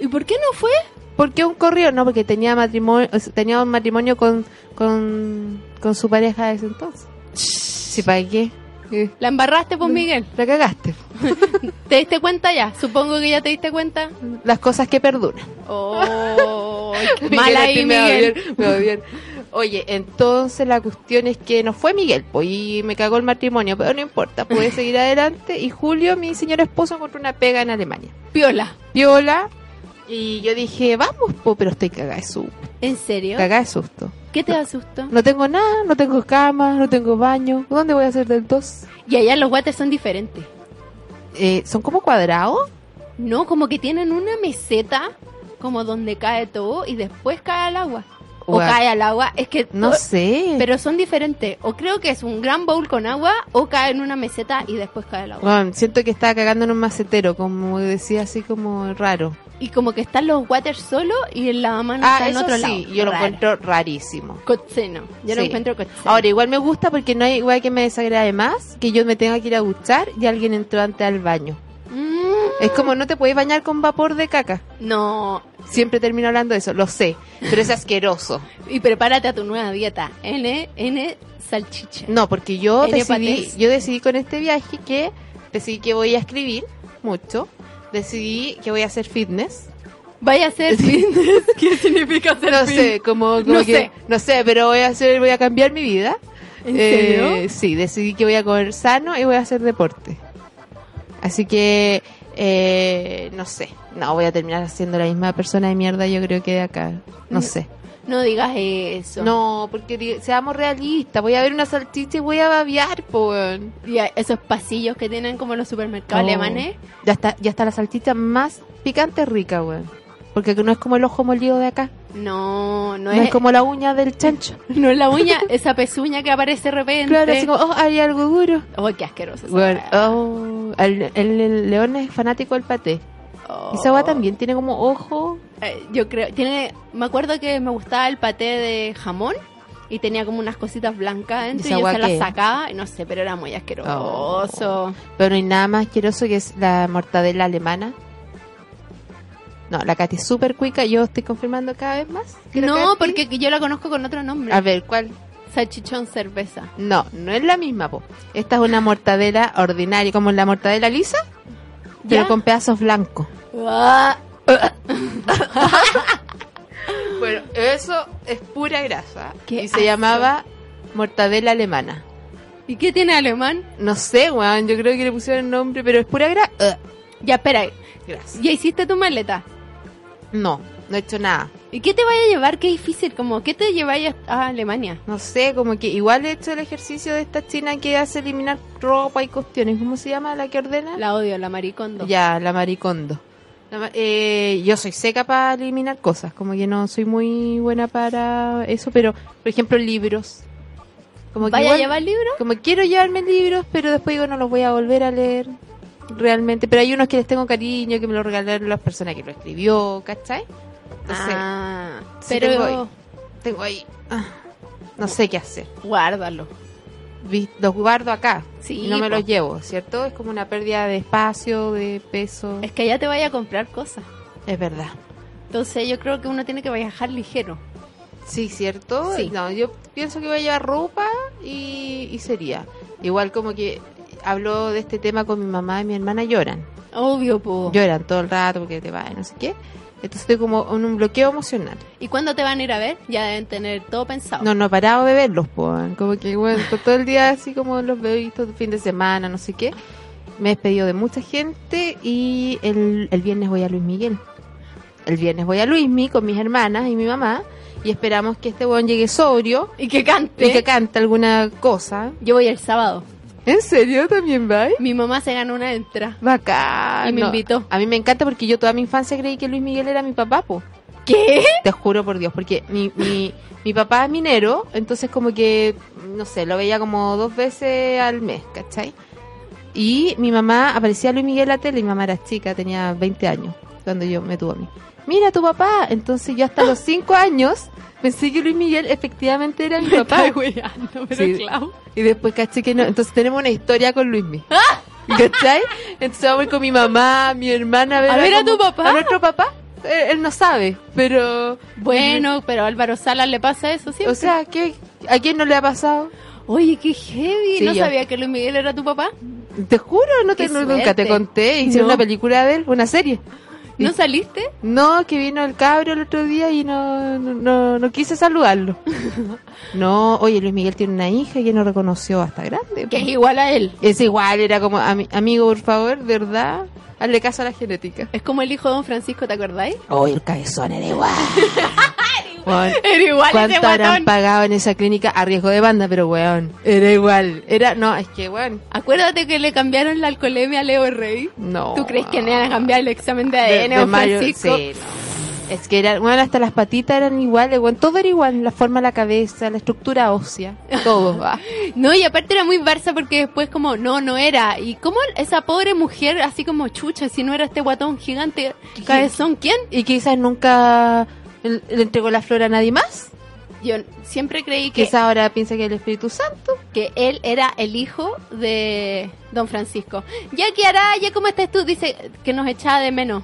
[SPEAKER 1] ¿Y por qué no fue?
[SPEAKER 2] Porque un corrió, no, porque tenía matrimonio, o sea, tenía un matrimonio con, con, con su pareja de ese entonces. Si para qué. Eh,
[SPEAKER 1] La embarraste, pues, Miguel.
[SPEAKER 2] La cagaste.
[SPEAKER 1] ¿Te diste cuenta ya? Supongo que ya te diste cuenta.
[SPEAKER 2] Las cosas que perduran.
[SPEAKER 1] Oh, mal ahí,
[SPEAKER 2] Ortiz me va a
[SPEAKER 1] Miguel.
[SPEAKER 2] odiar, me va a odiar. Oye, entonces la cuestión es que no fue Miguel, pues, y me cagó el matrimonio, pero no importa, pude seguir adelante. Y Julio, mi señor esposo, encontró una pega en Alemania.
[SPEAKER 1] Piola.
[SPEAKER 2] Viola. Y yo dije, vamos, po, pero estoy cagada de susto.
[SPEAKER 1] ¿En serio?
[SPEAKER 2] Cagada de susto.
[SPEAKER 1] ¿Qué te asustó?
[SPEAKER 2] No tengo nada, no tengo cama, no tengo baño. ¿Dónde voy a hacer del dos?
[SPEAKER 1] Y allá los guates son diferentes.
[SPEAKER 2] Eh, ¿Son como cuadrados?
[SPEAKER 1] No, como que tienen una meseta como donde cae todo y después cae al agua. O
[SPEAKER 2] Guau.
[SPEAKER 1] cae al agua, es que
[SPEAKER 2] No
[SPEAKER 1] to-
[SPEAKER 2] sé.
[SPEAKER 1] pero son diferentes. O creo que es un gran bowl con agua o cae en una meseta y después cae al agua.
[SPEAKER 2] Bueno, siento que estaba cagando en un macetero, como decía así como raro.
[SPEAKER 1] Y como que están los waters solo y el lavamano
[SPEAKER 2] ah,
[SPEAKER 1] está en
[SPEAKER 2] eso
[SPEAKER 1] otro
[SPEAKER 2] sí,
[SPEAKER 1] lado.
[SPEAKER 2] yo lo
[SPEAKER 1] Raro.
[SPEAKER 2] encuentro rarísimo.
[SPEAKER 1] Cochino. Yo lo
[SPEAKER 2] Sí.
[SPEAKER 1] encuentro cochino.
[SPEAKER 2] Ahora, igual me gusta porque no hay igual que me desagrade más que yo me tenga que ir a duchar y alguien entró antes al baño.
[SPEAKER 1] Mm,
[SPEAKER 2] Es como no te puedes bañar con vapor de caca.
[SPEAKER 1] no.
[SPEAKER 2] Siempre termino hablando de eso, lo sé, pero es asqueroso.
[SPEAKER 1] Y prepárate a tu nueva dieta. N, N salchicha.
[SPEAKER 2] No, porque yo
[SPEAKER 1] N
[SPEAKER 2] decidí,
[SPEAKER 1] patés.
[SPEAKER 2] yo decidí con este viaje que decidí que voy a escribir mucho, decidí que voy a hacer fitness.
[SPEAKER 1] Vaya a ser fitness. ¿Qué significa ser
[SPEAKER 2] No
[SPEAKER 1] fit?
[SPEAKER 2] sé, como, como
[SPEAKER 1] No
[SPEAKER 2] que-
[SPEAKER 1] sé.
[SPEAKER 2] no sé, pero voy a hacer, voy a cambiar mi vida. Eh,
[SPEAKER 1] ¿En serio?
[SPEAKER 2] Sí, decidí que voy a comer sano y voy a hacer deporte. Así que eh, no sé, no voy a terminar siendo la misma persona de mierda. Yo creo que de acá, no sé.
[SPEAKER 1] No digas eso.
[SPEAKER 2] No, porque di- seamos realistas. Voy a ver una salchicha y voy a babear, po. weón.
[SPEAKER 1] Y a- esos pasillos que tienen como los supermercados
[SPEAKER 2] Oh.
[SPEAKER 1] alemanes.
[SPEAKER 2] Ya está, ya está la salchicha más picante rica, weón. Porque no es como el ojo molido de acá.
[SPEAKER 1] No, no,
[SPEAKER 2] No,
[SPEAKER 1] es,
[SPEAKER 2] es como la uña del chancho.
[SPEAKER 1] no es la uña, esa pezuña que aparece de repente.
[SPEAKER 2] Claro, así como, oh, hay algo duro.
[SPEAKER 1] Oh, qué asqueroso. esa
[SPEAKER 2] Bueno,
[SPEAKER 1] weá.
[SPEAKER 2] oh, el, el- el león es fanático del paté.
[SPEAKER 1] Oh.
[SPEAKER 2] Esa agua también tiene como ojo.
[SPEAKER 1] Eh, yo creo, tiene, me acuerdo que me gustaba el paté de jamón y tenía como unas cositas blancas dentro
[SPEAKER 2] ¿Y
[SPEAKER 1] y
[SPEAKER 2] esa
[SPEAKER 1] yo
[SPEAKER 2] weá
[SPEAKER 1] se las
[SPEAKER 2] qué? Oh.
[SPEAKER 1] sacaba, y no sé, pero era muy asqueroso.
[SPEAKER 2] Pero no hay nada más asqueroso que es la mortadela alemana. No, la Katy es súper cuica. Yo estoy confirmando cada vez más. que la
[SPEAKER 1] No,
[SPEAKER 2] Katy-
[SPEAKER 1] porque yo la conozco con otro nombre.
[SPEAKER 2] A ver, ¿cuál?
[SPEAKER 1] Salchichón cerveza.
[SPEAKER 2] No, no es la misma, po. Esta es una mortadela ordinaria, como la mortadela lisa,
[SPEAKER 1] ¿Ya?
[SPEAKER 2] pero con pedazos blancos.
[SPEAKER 1] Ah,
[SPEAKER 2] Bueno, eso es pura grasa.
[SPEAKER 1] Qué
[SPEAKER 2] y se
[SPEAKER 1] asco.
[SPEAKER 2] llamaba mortadela alemana.
[SPEAKER 1] ¿Y qué tiene alemán?
[SPEAKER 2] No sé, weón, yo creo que le pusieron nombre, pero es pura grasa.
[SPEAKER 1] Ya, espera,
[SPEAKER 2] grasa.
[SPEAKER 1] ya hiciste tu maleta.
[SPEAKER 2] No, no he hecho nada.
[SPEAKER 1] ¿Y qué te vaya a llevar? Qué difícil, como, ¿qué te lleváis a Alemania?
[SPEAKER 2] No sé, como que igual he hecho el ejercicio de esta china que hace eliminar ropa y cuestiones. ¿Cómo se llama la que ordena?
[SPEAKER 1] La odio, la maricondo.
[SPEAKER 2] Ya, la maricondo. La ma- eh, yo soy seca para eliminar cosas, como que no soy muy buena para eso, pero por ejemplo libros. Como que
[SPEAKER 1] ¿Vaya a
[SPEAKER 2] igual-
[SPEAKER 1] llevar libro?
[SPEAKER 2] Como quiero llevarme libros, pero después digo no los voy a volver a leer realmente. Pero hay unos que les tengo cariño, que me los regalaron las personas que lo escribió, ¿cachai? Entonces,
[SPEAKER 1] ah,
[SPEAKER 2] sí
[SPEAKER 1] pero
[SPEAKER 2] tengo tengo ahí. ah, no sé qué hacer.
[SPEAKER 1] guárdalo.
[SPEAKER 2] Vi- Los guardo acá.
[SPEAKER 1] Sí,
[SPEAKER 2] y no me
[SPEAKER 1] po.
[SPEAKER 2] los llevo, ¿cierto? Es como una pérdida de espacio, de peso.
[SPEAKER 1] Es que allá te vaya a comprar cosas.
[SPEAKER 2] es verdad.
[SPEAKER 1] Entonces yo creo que uno tiene que viajar ligero.
[SPEAKER 2] Sí, ¿cierto?
[SPEAKER 1] Sí.
[SPEAKER 2] No, yo pienso que voy a llevar ropa y, y sería. Igual como que hablo de este tema con mi mamá y mi hermana lloran.
[SPEAKER 1] Obvio, po.
[SPEAKER 2] Lloran todo el rato porque te va, no sé qué. Entonces estoy como en un bloqueo emocional.
[SPEAKER 1] ¿Y cuándo te van a ir a ver? Ya deben tener todo pensado.
[SPEAKER 2] No, no he parado de verlos, po, weón. como que bueno, to- todo el día así como los veo y todo el fin de semana, no sé qué. Me he despedido de mucha gente y el, el viernes voy a Luis Miguel. El viernes voy a Luismi con mis hermanas y mi mamá y esperamos que este weón llegue sobrio
[SPEAKER 1] Y que cante.
[SPEAKER 2] y que cante alguna cosa.
[SPEAKER 1] Yo voy el sábado.
[SPEAKER 2] ¿En serio también va?
[SPEAKER 1] Mi mamá se ganó una entrada.
[SPEAKER 2] Bacán.
[SPEAKER 1] Y me
[SPEAKER 2] No,
[SPEAKER 1] invitó.
[SPEAKER 2] A mí me encanta porque yo toda mi infancia creí que Luis Miguel era mi papá, po.
[SPEAKER 1] ¿Qué?
[SPEAKER 2] Te juro por Dios, porque mi, mi, mi papá es minero, entonces como que, no sé, lo veía como dos veces al mes, ¿cachai? Y mi mamá aparecía Luis Miguel en la tele, mi mamá era chica, tenía 20 años. cuando yo me tuvo a mí. Mira tu papá. Entonces yo hasta los cinco años pensé que Luis Miguel efectivamente era mi papá.
[SPEAKER 1] pero
[SPEAKER 2] Sí.
[SPEAKER 1] Clau.
[SPEAKER 2] Y después caché que no. Entonces tenemos una historia con Luis Miguel. ¿Cachai? Entonces vamos con mi mamá, mi hermana a ver
[SPEAKER 1] ¿A ver a
[SPEAKER 2] cómo-
[SPEAKER 1] tu papá?
[SPEAKER 2] A nuestro papá. Él, él no sabe, pero.
[SPEAKER 1] Bueno, pero a Álvaro Salas le pasa eso, ¿sí?
[SPEAKER 2] O sea, ¿qué, ¿a quién no le ha pasado?
[SPEAKER 1] Oye, qué heavy.
[SPEAKER 2] Sí,
[SPEAKER 1] ¿No
[SPEAKER 2] yo.
[SPEAKER 1] sabía que Luis Miguel era tu papá?
[SPEAKER 2] Te juro, no te,
[SPEAKER 1] Qué
[SPEAKER 2] no- nunca te
[SPEAKER 1] suerte.
[SPEAKER 2] conté. Hicieron
[SPEAKER 1] No.
[SPEAKER 2] una película de él, una serie.
[SPEAKER 1] ¿No saliste?
[SPEAKER 2] No, que vino el cabro el otro día y no, no, no, no quise saludarlo. No, oye, Luis Miguel tiene una hija que no reconoció hasta grande.
[SPEAKER 1] Que es igual a él.
[SPEAKER 2] Es igual, era como, "Ami- amigo, por favor, de verdad, hazle caso a la genética.
[SPEAKER 1] Es como el hijo de Don Francisco, ¿te acordáis?
[SPEAKER 2] Oye, el cabezón era igual. Weón,
[SPEAKER 1] Era igual ese
[SPEAKER 2] ¿Cuánto
[SPEAKER 1] guatón.
[SPEAKER 2] harán pagado en esa clínica a riesgo de banda? Pero, weón, era igual. Era, no, es que, weón,
[SPEAKER 1] Acuérdate que le cambiaron la alcoholemia a Leo Rey.
[SPEAKER 2] no.
[SPEAKER 1] ¿Tú crees que le van a cambiar el examen de
[SPEAKER 2] Oh, De-
[SPEAKER 1] ADN
[SPEAKER 2] de
[SPEAKER 1] a Don
[SPEAKER 2] mayo,
[SPEAKER 1] Eh, Francisco?
[SPEAKER 2] sí, no. Es que eran, bueno, hasta las patitas eran iguales, bueno, todo era igual, la forma de la cabeza, la estructura ósea, todo. va.
[SPEAKER 1] No, y aparte era muy Barça porque después como, no, no era. Y como esa pobre mujer, así como chucha, si no era este guatón gigante, cabezón, ¿quién?
[SPEAKER 2] Y quizás nunca le le entregó la flor a nadie más.
[SPEAKER 1] Yo siempre creí que,
[SPEAKER 2] Quizás ahora piensa que es el Espíritu Santo.
[SPEAKER 1] que él era el hijo de Don Francisco. Ya que Araya, ¿cómo estás tú? Dice que nos echaba de menos.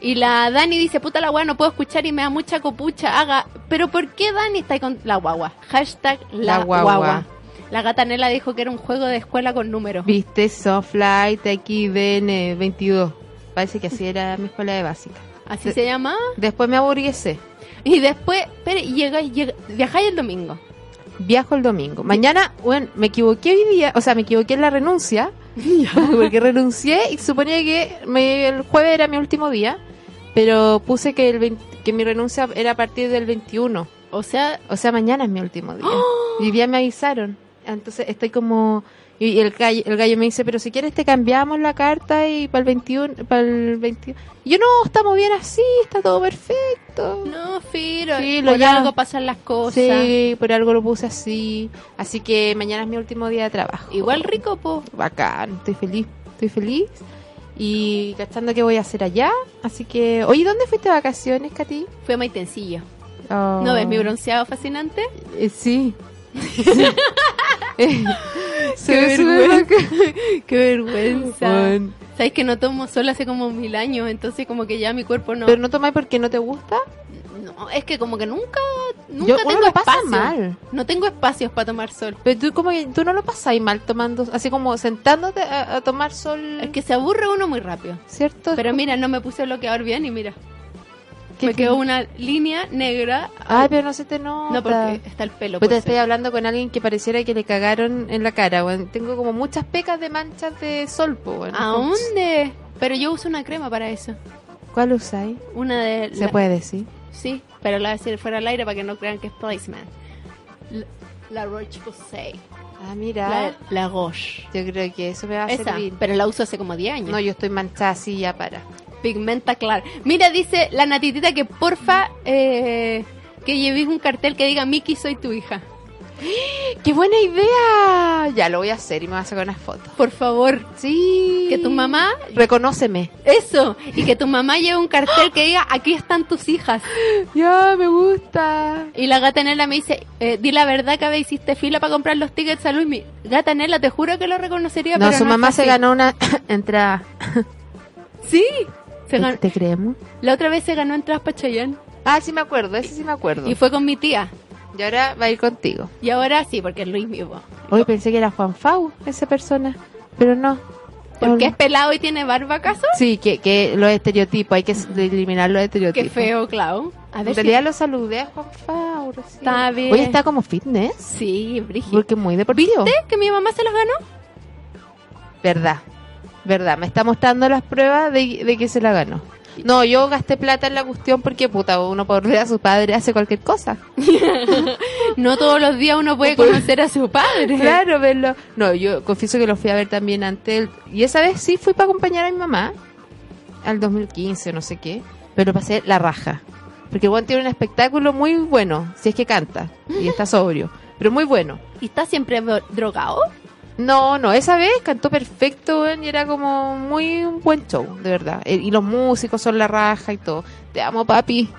[SPEAKER 1] Y la Dani dice, puta la guagua, no puedo escuchar y me da mucha copucha, haga. Pero ¿por qué Dani está ahí con la guagua? Hashtag la,
[SPEAKER 2] La guagua.
[SPEAKER 1] guagua. La gatanela dijo que era un juego de escuela con números.
[SPEAKER 2] Viste, Softfly, TXDN 22. Parece que así era mi escuela de básica.
[SPEAKER 1] Así se llama.
[SPEAKER 2] Después me aburguesé.
[SPEAKER 1] Y después, pero llega, llega, viajáis el domingo.
[SPEAKER 2] Viajo el domingo. Mañana, bueno, me equivoqué hoy día, o sea, me equivoqué en la renuncia, porque renuncié y suponía que me- el jueves era mi último día, pero puse que, el 20 que mi renuncia era a partir del 21,
[SPEAKER 1] O sea,
[SPEAKER 2] o sea, mañana es mi último día. Y ya me avisaron, entonces estoy como... Y y el gallo, el gallo me dice, pero si quieres te cambiamos la carta y para el 21, para el 21. Y yo no, estamos bien así, está todo perfecto.
[SPEAKER 1] no, Firo,
[SPEAKER 2] Sí, lo
[SPEAKER 1] por
[SPEAKER 2] ya-
[SPEAKER 1] algo pasan las cosas.
[SPEAKER 2] Sí, por algo lo puse así. Así que mañana es mi último día de trabajo.
[SPEAKER 1] Igual rico, po.
[SPEAKER 2] Bacán, estoy feliz, estoy feliz. Y cachando que voy a hacer allá. Así que, oye, ¿dónde fuiste de vacaciones, Katy?
[SPEAKER 1] Fue maitencillo.
[SPEAKER 2] Oh.
[SPEAKER 1] ¿No ves mi bronceado fascinante?
[SPEAKER 2] Eh, sí. Eh, Se
[SPEAKER 1] Qué
[SPEAKER 2] ve súper
[SPEAKER 1] vergüenza.
[SPEAKER 2] bacán.
[SPEAKER 1] Qué vergüenza.
[SPEAKER 2] Bueno,
[SPEAKER 1] Sabes que no tomo sol hace como mil años, entonces como que ya mi cuerpo no.
[SPEAKER 2] Pero no tomáis porque no te gusta.
[SPEAKER 1] no, es que como que nunca, nunca
[SPEAKER 2] Yo- uno
[SPEAKER 1] tengo
[SPEAKER 2] lo pasa
[SPEAKER 1] espacio.
[SPEAKER 2] mal.
[SPEAKER 1] No tengo espacios para tomar sol.
[SPEAKER 2] Pero tú como que tú no lo pasáis mal tomando, así como sentándote a, a tomar sol,
[SPEAKER 1] Es que se aburre uno muy rápido.
[SPEAKER 2] ¿cierto?
[SPEAKER 1] Pero mira, no me puse bloqueador bien y mira,
[SPEAKER 2] ¿Qué
[SPEAKER 1] me
[SPEAKER 2] tiene?
[SPEAKER 1] quedó una línea negra.
[SPEAKER 2] Ay, Ah, pero no se te nota.
[SPEAKER 1] No, porque está el pelo.
[SPEAKER 2] Pues te
[SPEAKER 1] puede
[SPEAKER 2] estoy
[SPEAKER 1] ser.
[SPEAKER 2] hablando con alguien que pareciera que le cagaron en la cara, weón. Tengo como muchas pecas de manchas de sol, po, weón.
[SPEAKER 1] ¿A dónde? Pero yo uso una crema para eso.
[SPEAKER 2] ¿Cuál usáis?
[SPEAKER 1] Una de.
[SPEAKER 2] Se
[SPEAKER 1] la-
[SPEAKER 2] puede decir.
[SPEAKER 1] Sí, pero la voy a decir fuera al aire para que no crean que es placement. La, la Roche Posay.
[SPEAKER 2] Ah, mira.
[SPEAKER 1] La, la Roche.
[SPEAKER 2] Yo creo que eso me va a
[SPEAKER 1] Esa,
[SPEAKER 2] servir.
[SPEAKER 1] pero la uso hace como 10 años.
[SPEAKER 2] No, yo estoy manchada así ya para.
[SPEAKER 1] Pigmenta claro. Mira, dice la natitita que porfa eh, que llevéis un cartel que diga Miki, soy tu hija.
[SPEAKER 2] ¡Qué buena idea! Ya lo voy a hacer y me voy a sacar unas fotos.
[SPEAKER 1] Por favor.
[SPEAKER 2] Sí.
[SPEAKER 1] Que tu mamá.
[SPEAKER 2] Reconóceme.
[SPEAKER 1] Eso. Y que tu mamá lleve un cartel que diga aquí están tus hijas.
[SPEAKER 2] Ya, me gusta.
[SPEAKER 1] Y la gata Nela me dice, eh, di la verdad que hiciste fila para comprar los tickets a Luismi. Gata Nela, te juro que lo reconocería,
[SPEAKER 2] No,
[SPEAKER 1] pero
[SPEAKER 2] su
[SPEAKER 1] no
[SPEAKER 2] mamá
[SPEAKER 1] es
[SPEAKER 2] se
[SPEAKER 1] así.
[SPEAKER 2] ganó una entrada.
[SPEAKER 1] Sí, se ganó.
[SPEAKER 2] ¿Te creemos?
[SPEAKER 1] La otra vez se ganó entradas para Cheyenne
[SPEAKER 2] Ah, sí me acuerdo, ese sí me acuerdo.
[SPEAKER 1] y fue con mi tía.
[SPEAKER 2] Y ahora va a ir contigo.
[SPEAKER 1] Y ahora sí, porque es Luismi. po.
[SPEAKER 2] Hoy pensé que era Juan Fau, esa persona, pero no.
[SPEAKER 1] ¿Por qué es pelado y tiene barba acaso?
[SPEAKER 2] Sí, que, que los estereotipos, hay que s- eliminar los
[SPEAKER 1] Qué
[SPEAKER 2] estereotipos.
[SPEAKER 1] feo, Clau. A
[SPEAKER 2] En
[SPEAKER 1] ver
[SPEAKER 2] realidad
[SPEAKER 1] si...
[SPEAKER 2] lo saludé a Juan Fau. recién.
[SPEAKER 1] Está bien.
[SPEAKER 2] Hoy está como fitness,
[SPEAKER 1] Sí, Brigitte.
[SPEAKER 2] porque muy deportivo.
[SPEAKER 1] ¿Viste que mi mamá se los ganó?
[SPEAKER 2] Verdad, verdad. Me está mostrando las pruebas de, de que se la ganó. No, yo gasté plata en la cuestión porque, puta, uno por ver a su padre hace cualquier cosa.
[SPEAKER 1] No todos los días uno puede conocer a su padre.
[SPEAKER 2] Claro, verlo. No, yo confieso que lo fui a ver también antes. Y esa vez sí fui para acompañar a mi mamá, al 2015, no sé qué. Pero pasé la raja. Porque Juan tiene un espectáculo muy bueno, si es que canta. Y está sobrio. Pero muy bueno.
[SPEAKER 1] ¿Y está siempre dro- drogado?
[SPEAKER 2] No, no, esa vez cantó perfecto weón, y era como muy un buen show, de verdad. Eh, Y los músicos son la raja y todo. Te amo, papi.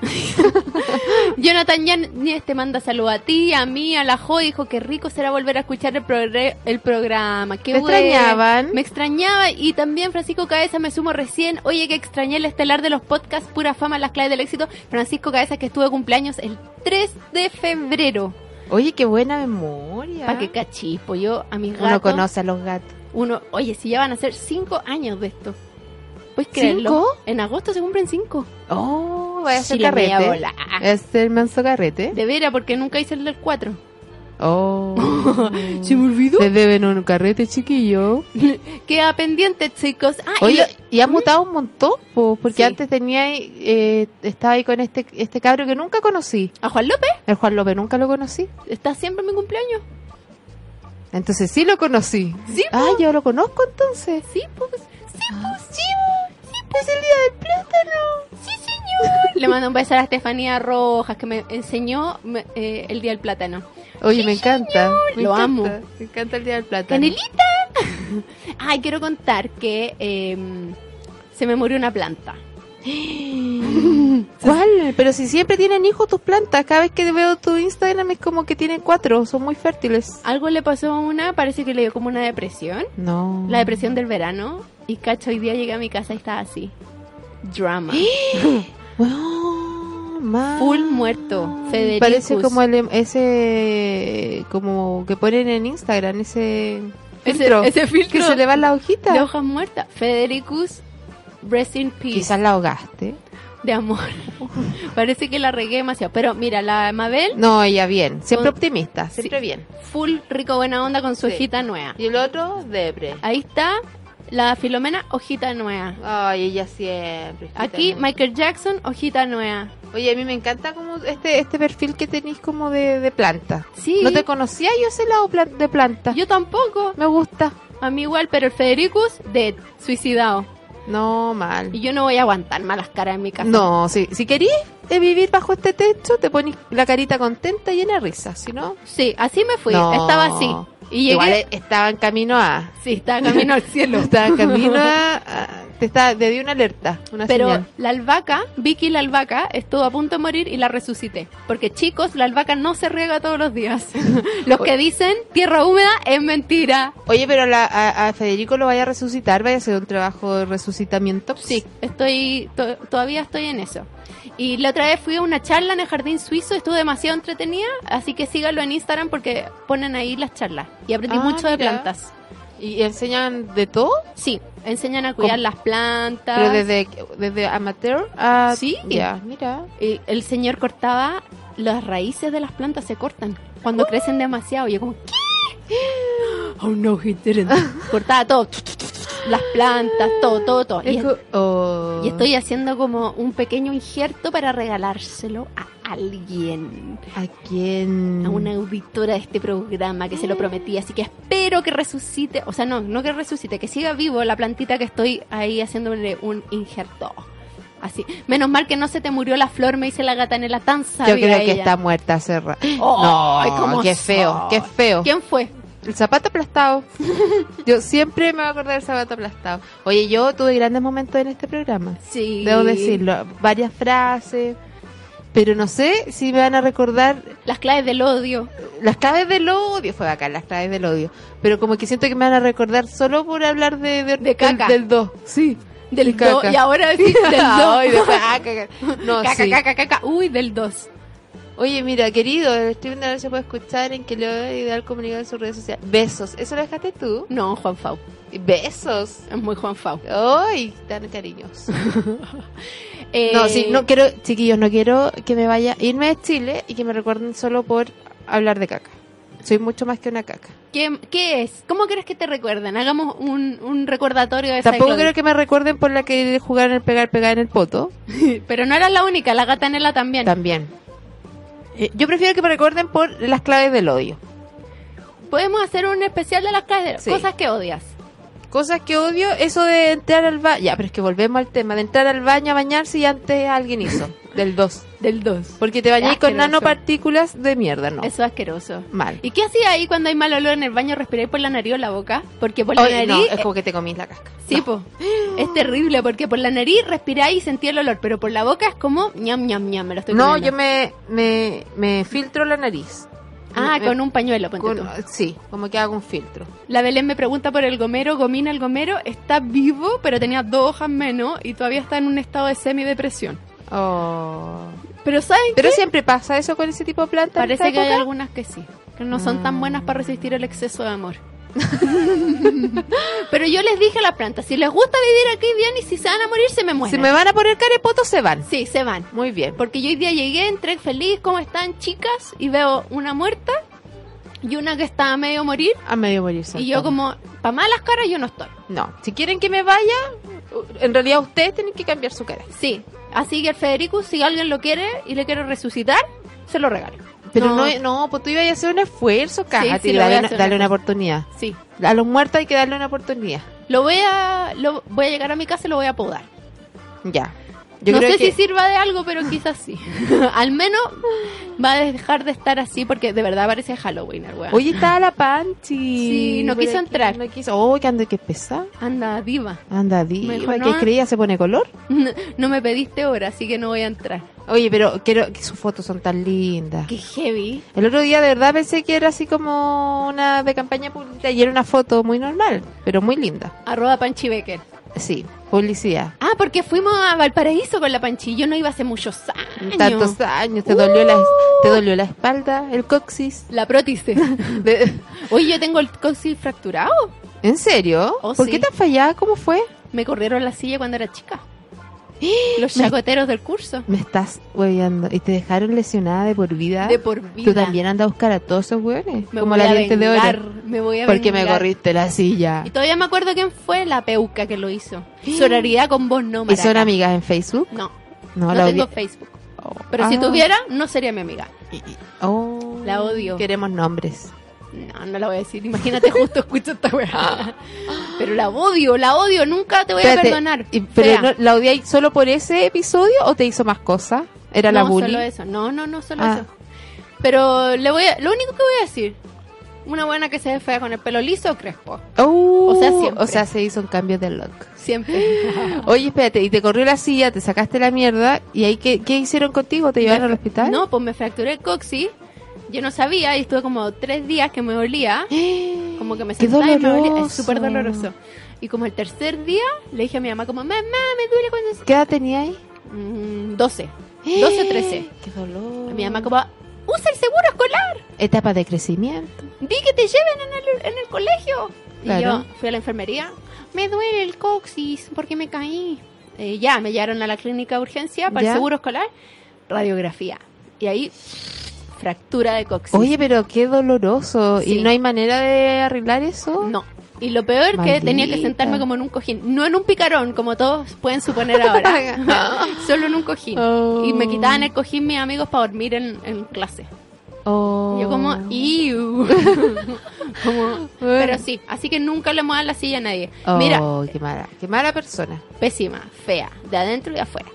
[SPEAKER 1] Jonathan Yanes te manda saludos a ti, a mí, a la Jo. Dijo que rico será volver a escuchar el, progre- el programa. Qué
[SPEAKER 2] ¿Te
[SPEAKER 1] bueno.
[SPEAKER 2] extrañaban?
[SPEAKER 1] Me extrañaba y también Francisco Cabeza me sumo recién. Oye, que extrañé el estelar de los podcasts, pura fama, las claves del éxito. Francisco Cabeza que estuvo de cumpleaños el 3 de febrero.
[SPEAKER 2] Oye, qué buena memoria.
[SPEAKER 1] Pa' que cachipo, yo a mis gatos.
[SPEAKER 2] Uno conoce a los gatos.
[SPEAKER 1] uno- oye, si ya van a ser 5 años de esto. ¿Puedes creerlo?
[SPEAKER 2] ¿Cinco?
[SPEAKER 1] En agosto se cumplen 5.
[SPEAKER 2] Oh, voy a hacer
[SPEAKER 1] Sí, la voy a
[SPEAKER 2] carrete.
[SPEAKER 1] volar.
[SPEAKER 2] Voy a hacer manso carrete.
[SPEAKER 1] De veras, porque nunca hice el del 4.
[SPEAKER 2] Oh.
[SPEAKER 1] ¿Se me olvidó?
[SPEAKER 2] Te deben un carrete, chiquillo.
[SPEAKER 1] Queda pendiente, chicos. Ah, y
[SPEAKER 2] Oye,
[SPEAKER 1] lo-
[SPEAKER 2] y ha mutado un montón, po, porque
[SPEAKER 1] Sí.
[SPEAKER 2] antes tenía ahí, eh, estaba ahí con este este cabro que nunca conocí.
[SPEAKER 1] a Juan López
[SPEAKER 2] El Juan López nunca lo conocí.
[SPEAKER 1] está siempre en mi cumpleaños.
[SPEAKER 2] Entonces sí Ah. lo conocí.
[SPEAKER 1] Sí, po.
[SPEAKER 2] Ah, yo lo conozco entonces.
[SPEAKER 1] Sí, pues. Sí, pues. Sí, pues. Sí, pues. el día del plátano. Sí, señor. Le mando un beso a la Estefanía Rojas que me enseñó me- eh, el día del plátano.
[SPEAKER 2] Oye, me encanta. me
[SPEAKER 1] Lo
[SPEAKER 2] encanta.
[SPEAKER 1] amo.
[SPEAKER 2] Me encanta el día del plátano.
[SPEAKER 1] ¡Canelita! Ay, quiero contar que eh, se me murió una planta.
[SPEAKER 2] ¿Cuál? Pero si siempre tienen hijos tus plantas. Cada vez que veo tu Instagram es como que tienen cuatro. Son muy fértiles.
[SPEAKER 1] Algo le pasó a una, parece que le dio como una depresión.
[SPEAKER 2] No.
[SPEAKER 1] La depresión del verano. Y cacho, hoy día llegué a mi casa y estaba así. Drama.
[SPEAKER 2] Wow, man.
[SPEAKER 1] Full muerto, Federicus.
[SPEAKER 2] Parece como el, em, ese. Como que ponen en Instagram ese.
[SPEAKER 1] Ese-
[SPEAKER 2] filtro,
[SPEAKER 1] ese filtro.
[SPEAKER 2] Que se le van las
[SPEAKER 1] De
[SPEAKER 2] hojitas.
[SPEAKER 1] hojas muertas. Federicus, rest in peace.
[SPEAKER 2] Quizás la ahogaste.
[SPEAKER 1] De amor. Parece que la regué demasiado. Pero mira, la Mabel,
[SPEAKER 2] No, ella bien. Siempre
[SPEAKER 1] Con-
[SPEAKER 2] optimista. Siempre bien.
[SPEAKER 1] full rico buena onda con su
[SPEAKER 2] Sí.
[SPEAKER 1] hojita nueva.
[SPEAKER 2] Y el otro, depre.
[SPEAKER 1] Ahí está la Filomena, hojita nueva.
[SPEAKER 2] Ay, ella siempre.
[SPEAKER 1] Aquí Michael Jackson, hojita nueva.
[SPEAKER 2] Oye, a mí me encanta como este este perfil que tenéis como de, de planta.
[SPEAKER 1] Sí.
[SPEAKER 2] No te conocía yo ese lado plan- de planta.
[SPEAKER 1] Yo tampoco.
[SPEAKER 2] Me gusta.
[SPEAKER 1] A mí igual, pero el Federicus, dead, suicidado.
[SPEAKER 2] No, mal.
[SPEAKER 1] Y yo no voy a aguantar malas caras en mi casa.
[SPEAKER 2] No, si, si querís eh, vivir bajo este techo, te pones la carita contenta y llena de risa. Si no,
[SPEAKER 1] Sí, así me fui.
[SPEAKER 2] No.
[SPEAKER 1] Estaba así. Y llegué.
[SPEAKER 2] igual eh, estaba en camino a.
[SPEAKER 1] Sí, estaba camino al cielo.
[SPEAKER 2] Estaba en camino a. a- te, está, te di una alerta, una
[SPEAKER 1] Pero
[SPEAKER 2] señal.
[SPEAKER 1] la albahaca, Vicky la albahaca, estuvo a punto de morir y la resucité. Porque chicos, la albahaca no se riega todos los días. Los que dicen tierra húmeda es mentira.
[SPEAKER 2] Oye, pero la- a, a Federico lo vaya a resucitar, vaya a hacer un trabajo de resucitamiento.
[SPEAKER 1] Sí, estoy to- todavía estoy en eso. Y la otra vez fui a una charla en el jardín suizo, estuvo demasiado entretenida, así que síganlo en Instagram porque ponen ahí las charlas. Y aprendí
[SPEAKER 2] Ah,
[SPEAKER 1] mucho de
[SPEAKER 2] mira.
[SPEAKER 1] plantas.
[SPEAKER 2] ¿Y enseñan de todo?
[SPEAKER 1] Sí, enseñan a cuidar
[SPEAKER 2] ¿Cómo?
[SPEAKER 1] las plantas.
[SPEAKER 2] Pero desde, desde amateur a...
[SPEAKER 1] Sí.
[SPEAKER 2] Ya, mira.
[SPEAKER 1] Eh, el señor cortaba las raíces de las plantas se cortan cuando
[SPEAKER 2] Uh.
[SPEAKER 1] crecen demasiado. Y yo como, ¿qué? Oh no, he didn't. Cortaba todo, las plantas, todo, todo, todo. Y,
[SPEAKER 2] Es co- oh.
[SPEAKER 1] y estoy haciendo como un pequeño injerto para regalárselo a alguien,
[SPEAKER 2] ¿A quién?
[SPEAKER 1] a una auditora de este programa que se lo prometí. Así que espero que resucite, o sea, no, no que resucite, que siga vivo la plantita que estoy ahí haciéndole un injerto. Así. Menos mal que no se te murió la flor, me dice la gata en el tanza.
[SPEAKER 2] Yo creo que está muerta hace ra-
[SPEAKER 1] Oh, ay,
[SPEAKER 2] no,
[SPEAKER 1] cómo
[SPEAKER 2] qué feo,
[SPEAKER 1] son.
[SPEAKER 2] qué feo.
[SPEAKER 1] ¿Quién fue?
[SPEAKER 2] El zapato aplastado. yo siempre me voy a acordar del zapato aplastado. Oye, yo tuve grandes momentos en este programa.
[SPEAKER 1] Sí.
[SPEAKER 2] Debo decirlo. Varias frases. Pero no sé si me van a recordar
[SPEAKER 1] Las claves del odio.
[SPEAKER 2] las claves del odio. Fue bacán, las claves del odio. Pero como que siento que me van a recordar solo por hablar de,
[SPEAKER 1] De caca.
[SPEAKER 2] Del, del dos. Sí.
[SPEAKER 1] Del 2.
[SPEAKER 2] caca.
[SPEAKER 1] Y ahora sí, del 2.
[SPEAKER 2] Ay, de caca. No,
[SPEAKER 1] caca,
[SPEAKER 2] sí.
[SPEAKER 1] caca, caca. Uy, del 2.
[SPEAKER 2] Oye, mira, querido, el streaming de la noche se puede escuchar en que Leo Ideal comunicado en sus redes sociales. Besos. ¿Eso lo dejaste tú?
[SPEAKER 1] No, Juan Fau.
[SPEAKER 2] Besos.
[SPEAKER 1] Es muy Juan Fau.
[SPEAKER 2] ¡Ay! Tan cariños.
[SPEAKER 1] Eh,
[SPEAKER 2] No, sí, no quiero, chiquillos, no quiero que me vaya, irme de Chile y que me recuerden solo por hablar de caca. Soy mucho más que una caca.
[SPEAKER 1] ¿Qué, qué es? ¿Cómo crees que te recuerden? Hagamos un, un recordatorio de
[SPEAKER 2] Tampoco
[SPEAKER 1] esa
[SPEAKER 2] quiero que me recuerden por la que jugaron el pegar, pegar en el poto.
[SPEAKER 1] Pero no eras la única, la gata Nela también.
[SPEAKER 2] También. Eh, Yo prefiero que me recuerden por las claves del odio.
[SPEAKER 1] Podemos hacer un especial de las claves del
[SPEAKER 2] Sí.
[SPEAKER 1] Cosas que odias.
[SPEAKER 2] Cosas que odio, eso de entrar al baño. Ya, pero es que volvemos al tema, de entrar al baño a bañarse y antes alguien hizo. Del 2.
[SPEAKER 1] Del 2.
[SPEAKER 2] Porque te bañáis
[SPEAKER 1] Qué
[SPEAKER 2] con
[SPEAKER 1] asqueroso.
[SPEAKER 2] nanopartículas de mierda, ¿no?
[SPEAKER 1] Eso es asqueroso.
[SPEAKER 2] mal.
[SPEAKER 1] ¿Y qué hacía ahí cuando hay mal olor en el baño? ¿Respiráis por la nariz o la boca? Porque por la
[SPEAKER 2] Oye,
[SPEAKER 1] nariz.
[SPEAKER 2] no,
[SPEAKER 1] eh,
[SPEAKER 2] es como que te comís la casca.
[SPEAKER 1] sí, po. Es terrible porque por la nariz respiráis y sentí el olor, pero por la boca es como ñam ñam ñam, me lo estoy
[SPEAKER 2] No,
[SPEAKER 1] comiendo.
[SPEAKER 2] yo me, me, me filtro la nariz.
[SPEAKER 1] Ah,
[SPEAKER 2] Me-
[SPEAKER 1] con un pañuelo, ponte
[SPEAKER 2] eh, con-
[SPEAKER 1] tú.
[SPEAKER 2] Sí, como que hago un filtro.
[SPEAKER 1] La Belén me pregunta por el gomero, Gomina el gomero, está vivo, pero tenía dos hojas menos y todavía está en un estado de semidepresión.
[SPEAKER 2] Oh.
[SPEAKER 1] Pero ¿saben
[SPEAKER 2] Pero
[SPEAKER 1] qué?
[SPEAKER 2] siempre pasa eso con ese tipo de plantas. en
[SPEAKER 1] Parece
[SPEAKER 2] esta
[SPEAKER 1] que hay
[SPEAKER 2] época.
[SPEAKER 1] algunas que sí, que no son tan buenas para resistir el exceso de amor. pero yo les dije a las plantas, si les gusta vivir aquí bien y si se van a morir, se me
[SPEAKER 2] Si
[SPEAKER 1] mueren.
[SPEAKER 2] me van a poner carepoto, se van.
[SPEAKER 1] Sí, se van.
[SPEAKER 2] Muy bien.
[SPEAKER 1] Porque yo hoy día llegué, entré feliz, ¿cómo están chicas? Y veo una muerta y una que está a medio morir.
[SPEAKER 2] A medio morirse.
[SPEAKER 1] Y yo como, para malas caras yo no estoy.
[SPEAKER 2] No, si quieren que me vaya, en realidad ustedes tienen que cambiar su cara.
[SPEAKER 1] Sí, así que el Federico, si alguien lo quiere y le quiere resucitar, se lo regalo.
[SPEAKER 2] Pero no, no, pues tú ibas a hacer un esfuerzo, cállate.
[SPEAKER 1] sí, lo voy
[SPEAKER 2] dale,
[SPEAKER 1] a
[SPEAKER 2] una,
[SPEAKER 1] hacer.
[SPEAKER 2] dale una oportunidad.
[SPEAKER 1] Sí,
[SPEAKER 2] A los muertos hay que darle una oportunidad.
[SPEAKER 1] lo voy a, lo, voy a llegar a mi casa y lo voy a podar.
[SPEAKER 2] Ya. Yo
[SPEAKER 1] no
[SPEAKER 2] creo
[SPEAKER 1] sé
[SPEAKER 2] que
[SPEAKER 1] si sirva de algo, pero quizás sí. Al menos va a dejar de estar así porque de verdad parece Halloween el weón.
[SPEAKER 2] Oye, estaba la Panchi.
[SPEAKER 1] Sí, no
[SPEAKER 2] Por
[SPEAKER 1] quiso
[SPEAKER 2] aquí,
[SPEAKER 1] entrar.
[SPEAKER 2] No quiso. Oh, que anda, que pesa.
[SPEAKER 1] Anda, diva.
[SPEAKER 2] Anda, di.
[SPEAKER 1] Me dijo,
[SPEAKER 2] ¿Qué
[SPEAKER 1] no.
[SPEAKER 2] creía? ¿Se pone color?
[SPEAKER 1] No me pediste hora, así que no voy a entrar.
[SPEAKER 2] Oye, pero quiero que sus fotos son tan lindas.
[SPEAKER 1] Qué heavy.
[SPEAKER 2] El otro día de verdad pensé que era así como una de campaña pública y era una foto muy normal, pero muy linda.
[SPEAKER 1] Arroba Panchi Becker.
[SPEAKER 2] Sí, publicidad.
[SPEAKER 1] Ah, porque fuimos a Valparaíso con la Panchi. Yo no iba hace muchos años.
[SPEAKER 2] Tantos años, te dolió la te dolió la espalda, el coxis.
[SPEAKER 1] La prótice.
[SPEAKER 2] De-
[SPEAKER 1] Oye, yo tengo el coxis fracturado.
[SPEAKER 2] ¿En serio?
[SPEAKER 1] Oh,
[SPEAKER 2] ¿Por
[SPEAKER 1] sí.
[SPEAKER 2] qué tan fallada? ¿Cómo fue?
[SPEAKER 1] Me corrieron la silla cuando era chica.
[SPEAKER 2] ¡Eh!
[SPEAKER 1] Los chacoteros del curso.
[SPEAKER 2] Me estás hueveando y te dejaron lesionada de por vida.
[SPEAKER 1] De por vida.
[SPEAKER 2] Tú también andas a buscar a todos esos hueones,
[SPEAKER 1] Me
[SPEAKER 2] como
[SPEAKER 1] voy
[SPEAKER 2] la
[SPEAKER 1] a
[SPEAKER 2] diente de
[SPEAKER 1] vengar,
[SPEAKER 2] oro.
[SPEAKER 1] Me voy a
[SPEAKER 2] Porque me
[SPEAKER 1] vengar.
[SPEAKER 2] corriste la silla.
[SPEAKER 1] Y todavía me acuerdo quién fue la peuca que lo hizo. Sororidad con vos no,
[SPEAKER 2] ¿Y
[SPEAKER 1] maraca.
[SPEAKER 2] son amigas en Facebook?
[SPEAKER 1] No,
[SPEAKER 2] No,
[SPEAKER 1] no,
[SPEAKER 2] la
[SPEAKER 1] tengo
[SPEAKER 2] odia-
[SPEAKER 1] Facebook. Pero
[SPEAKER 2] Ah.
[SPEAKER 1] si tuviera, no sería mi amiga.
[SPEAKER 2] Oh.
[SPEAKER 1] La odio.
[SPEAKER 2] Queremos nombres.
[SPEAKER 1] No, no la voy a decir. Imagínate, justo escucho esta weá. Pero la odio, la odio. Nunca te voy
[SPEAKER 2] Espérate,
[SPEAKER 1] a perdonar.
[SPEAKER 2] y- ¿Pero
[SPEAKER 1] Fea.
[SPEAKER 2] no- la odiáis solo por ese episodio o te hizo más cosas? ¿Era la
[SPEAKER 1] no,
[SPEAKER 2] bully?
[SPEAKER 1] solo eso. No, no, no, solo
[SPEAKER 2] Ah.
[SPEAKER 1] eso. Pero le voy a- lo único que voy a decir, una buena que se ve fea con el pelo liso o crespo.
[SPEAKER 2] Oh,
[SPEAKER 1] O sea, siempre.
[SPEAKER 2] o sea, se hizo un cambio de look.
[SPEAKER 1] Siempre.
[SPEAKER 2] Oye, espérate, y te corrió la silla, te sacaste la mierda, ¿y ahí qué, qué hicieron contigo? ¿Te llevaron al hospital?
[SPEAKER 1] No, pues me fracturé el coxis. Yo no sabía y estuve como tres días que me olía. Como que me
[SPEAKER 2] Qué
[SPEAKER 1] sentaba y me olía. Es
[SPEAKER 2] doloroso.
[SPEAKER 1] súper doloroso. Y como el tercer día le dije a mi mamá como, mamá, me duele cuando...
[SPEAKER 2] ¿Qué edad tenía ahí?
[SPEAKER 1] Mm, 12. 12 o 13.
[SPEAKER 2] Qué dolor.
[SPEAKER 1] Mi mamá como, usa el seguro escolar.
[SPEAKER 2] Etapa de crecimiento.
[SPEAKER 1] Di que te lleven en el, en el colegio.
[SPEAKER 2] Claro.
[SPEAKER 1] Y yo fui a la enfermería. Me duele el coxis porque me caí. Eh, ya, me llevaron a la clínica de urgencia para
[SPEAKER 2] Ya.
[SPEAKER 1] el seguro escolar. Radiografía. Y ahí, fractura de coxis.
[SPEAKER 2] Oye, pero qué doloroso.
[SPEAKER 1] Sí. Mm.
[SPEAKER 2] ¿Y no hay manera de arreglar eso?
[SPEAKER 1] No. Y lo peor que tenía que
[SPEAKER 2] Maldita.
[SPEAKER 1] sentarme como en un cojín. No en un picarón, como todos pueden suponer ahora. Solo en un cojín.
[SPEAKER 2] Oh.
[SPEAKER 1] Y me quitaban el cojín mis amigos para dormir en, en clase.
[SPEAKER 2] Oh.
[SPEAKER 1] Y Yo como, "Iu". Como- Pero sí, así que nunca le muevan la silla a nadie.
[SPEAKER 2] Oh,
[SPEAKER 1] Mira,
[SPEAKER 2] qué mala, qué mala persona.
[SPEAKER 1] pésima, fea, de adentro y de afuera.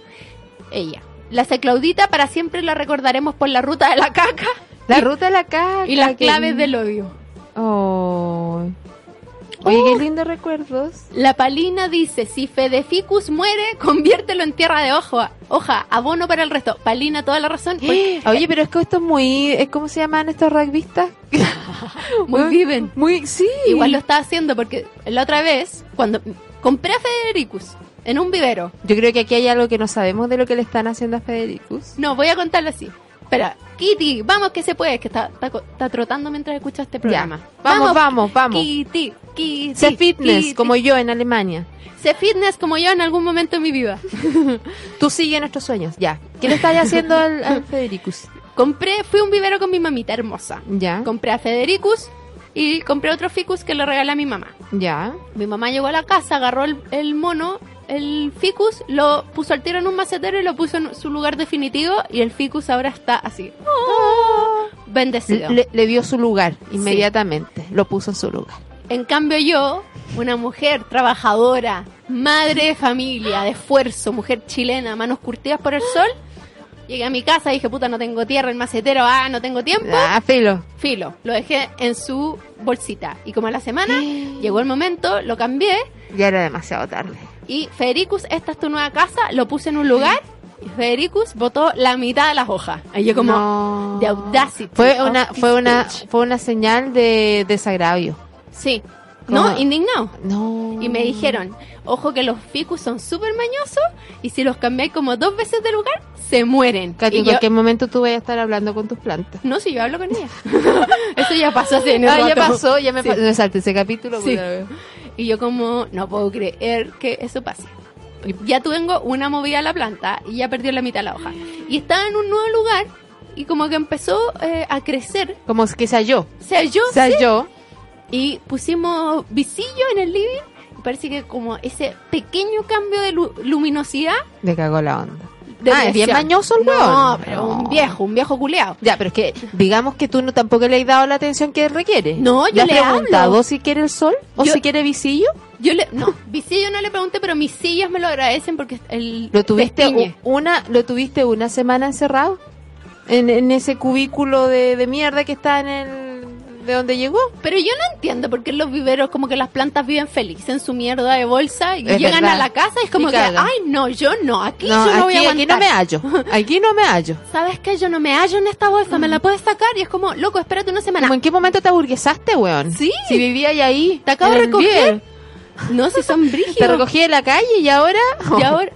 [SPEAKER 1] Ella. La C. Claudita para siempre la recordaremos por la ruta de la caca
[SPEAKER 2] La ruta de la caca.
[SPEAKER 1] y las
[SPEAKER 2] que-
[SPEAKER 1] claves del odio.
[SPEAKER 2] Oh. Oye, qué lindos recuerdos.
[SPEAKER 1] La palina dice, si Fedeficus muere, conviértelo en tierra de ojo, hoja, abono para el resto. Palina, toda la razón, porque
[SPEAKER 2] Oye, pero es que esto es muy... eh, ¿Cómo se llaman estos rugbyistas?
[SPEAKER 1] muy viven.
[SPEAKER 2] Muy, Ah. sí.
[SPEAKER 1] Igual lo está haciendo porque la otra vez, cuando compré a Federicus en un vivero,
[SPEAKER 2] Yo creo que aquí hay algo que no sabemos de lo que le están haciendo a Federicus.
[SPEAKER 1] no, voy a contarlo así. Espera, Kitty, vamos que se puede, que está, está, co- está trotando mientras escucha este programa.
[SPEAKER 2] Ya. Vamos, vamos, vamos.
[SPEAKER 1] Kitty, Kitty.
[SPEAKER 2] Sé fitness,
[SPEAKER 1] Kitty.
[SPEAKER 2] como yo en Alemania.
[SPEAKER 1] Sé fitness como yo en algún momento de mi vida.
[SPEAKER 2] Tú sigue nuestros sueños, ya. ¿Qué le estás haciendo al, al Federicus?
[SPEAKER 1] Compré, fui a un vivero con mi mamita hermosa.
[SPEAKER 2] Ya,
[SPEAKER 1] Compré a Federicus y compré otro ficus que lo regalé a mi mamá.
[SPEAKER 2] ya.
[SPEAKER 1] Mi mamá llegó a la casa, agarró el, el mono, el ficus, lo puso al tiro en un macetero y lo puso en su lugar definitivo y el ficus ahora está así. Bendecido.
[SPEAKER 2] Ah. Le, le dio su lugar inmediatamente. Lo puso en su lugar.
[SPEAKER 1] En cambio yo, una mujer trabajadora, madre de familia, de esfuerzo, mujer chilena, manos curtidas por el sol, Llegué a mi casa y dije, puta, no tengo tierra, el macetero, ah, no tengo tiempo.
[SPEAKER 2] Ah, filo.
[SPEAKER 1] Filo, lo dejé en su bolsita. Y como a la semana llegó el momento, lo cambié
[SPEAKER 2] Ya era demasiado tarde.
[SPEAKER 1] y Federicus, esta es tu nueva casa, lo puse en un lugar y Federicus botó la mitad de las hojas. Ahí yo como,
[SPEAKER 2] No.
[SPEAKER 1] de audacity.
[SPEAKER 2] Fue
[SPEAKER 1] of
[SPEAKER 2] una,
[SPEAKER 1] this
[SPEAKER 2] fue una,
[SPEAKER 1] bitch.
[SPEAKER 2] fue una señal de desagravio.
[SPEAKER 1] Sí.
[SPEAKER 2] ¿Cómo?
[SPEAKER 1] No, indignado.
[SPEAKER 2] No.
[SPEAKER 1] Y me dijeron, ojo que los ficus son súper mañosos y si los cambiáis como dos veces de lugar, se mueren.
[SPEAKER 2] Katy,
[SPEAKER 1] Y
[SPEAKER 2] en
[SPEAKER 1] yo-
[SPEAKER 2] cualquier momento tú vas a estar hablando con tus plantas.
[SPEAKER 1] No, si yo hablo con ellas. Eso ya pasó hace
[SPEAKER 2] Ah, ya
[SPEAKER 1] rato.
[SPEAKER 2] pasó, ya me,
[SPEAKER 1] Sí.
[SPEAKER 2] pa- me salté ese capítulo.
[SPEAKER 1] Sí.
[SPEAKER 2] puta.
[SPEAKER 1] Y yo como, no puedo creer que eso pase. Ya tengo una movida a la planta y ya perdió la mitad de la hoja. Y estaba en un nuevo lugar y como que empezó eh, a crecer.
[SPEAKER 2] Como que se halló.
[SPEAKER 1] Se halló,
[SPEAKER 2] Se halló.
[SPEAKER 1] y pusimos visillo en el living. Y Parece que como ese pequeño cambio de lu- luminosidad.
[SPEAKER 2] Le cagó la onda.
[SPEAKER 1] de
[SPEAKER 2] Ah, es bien
[SPEAKER 1] creación.
[SPEAKER 2] mañoso el
[SPEAKER 1] No,
[SPEAKER 2] weón.
[SPEAKER 1] pero un viejo, un viejo culeado.
[SPEAKER 2] Ya, pero es que digamos que tú no tampoco le has dado la atención que requiere.
[SPEAKER 1] No, yo
[SPEAKER 2] ¿Le has
[SPEAKER 1] le
[SPEAKER 2] preguntado
[SPEAKER 1] hablo.
[SPEAKER 2] si quiere el sol o
[SPEAKER 1] Yo-
[SPEAKER 2] si quiere visillo?
[SPEAKER 1] Yo le, no, visillo no le pregunté, pero mis sillas me lo agradecen porque el
[SPEAKER 2] ¿Lo tuviste
[SPEAKER 1] destiñe.
[SPEAKER 2] u- una lo tuviste una semana encerrado? En, en ese cubículo de, de mierda que está en el de donde llegó.
[SPEAKER 1] Pero yo no entiendo por qué en los viveros como que las plantas viven felices en su mierda de bolsa y
[SPEAKER 2] Es
[SPEAKER 1] llegan
[SPEAKER 2] verdad.
[SPEAKER 1] a la casa y es como
[SPEAKER 2] Y
[SPEAKER 1] que,
[SPEAKER 2] cagan.
[SPEAKER 1] ay no, yo no, aquí
[SPEAKER 2] No,
[SPEAKER 1] yo no voy
[SPEAKER 2] aquí,
[SPEAKER 1] a
[SPEAKER 2] aquí
[SPEAKER 1] aguantar.
[SPEAKER 2] no me hallo. Aquí no me hallo.
[SPEAKER 1] ¿Sabes qué? Yo no me hallo en esta bolsa, me la puedes sacar y es como, loco, espérate una semana.
[SPEAKER 2] Como ¿En qué momento te aburguesaste, weón?
[SPEAKER 1] Sí.
[SPEAKER 2] Si vivía ya ahí.
[SPEAKER 1] Te acabo
[SPEAKER 2] en
[SPEAKER 1] de
[SPEAKER 2] el
[SPEAKER 1] recoger.
[SPEAKER 2] Vier.
[SPEAKER 1] No, si son
[SPEAKER 2] Te
[SPEAKER 1] brígidos.
[SPEAKER 2] recogí de la calle y ahora.
[SPEAKER 1] Y ahora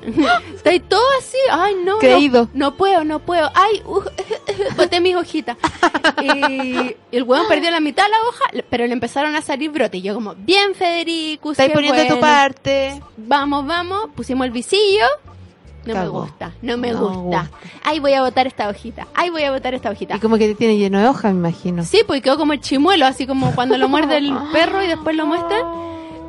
[SPEAKER 1] está ahí todo así, ay no,
[SPEAKER 2] Creído.
[SPEAKER 1] No, no puedo, no puedo. Ay, uh, boté mis hojitas. Y el huevo perdió la mitad de la hoja, pero le empezaron a salir brotes. Y yo como, bien Federico,
[SPEAKER 2] Estás
[SPEAKER 1] qué
[SPEAKER 2] poniendo de tu
[SPEAKER 1] bueno.
[SPEAKER 2] parte.
[SPEAKER 1] Vamos, vamos, pusimos el visillo. No
[SPEAKER 2] Cagó.
[SPEAKER 1] me gusta, no me
[SPEAKER 2] No
[SPEAKER 1] gusta.
[SPEAKER 2] gusta.
[SPEAKER 1] Ay, voy a botar esta hojita. Ay, voy a botar esta hojita.
[SPEAKER 2] Y como que te tiene lleno de hojas, me imagino.
[SPEAKER 1] Sí, pues quedó como el chimuelo, así como cuando lo muerde el perro y después lo muestran.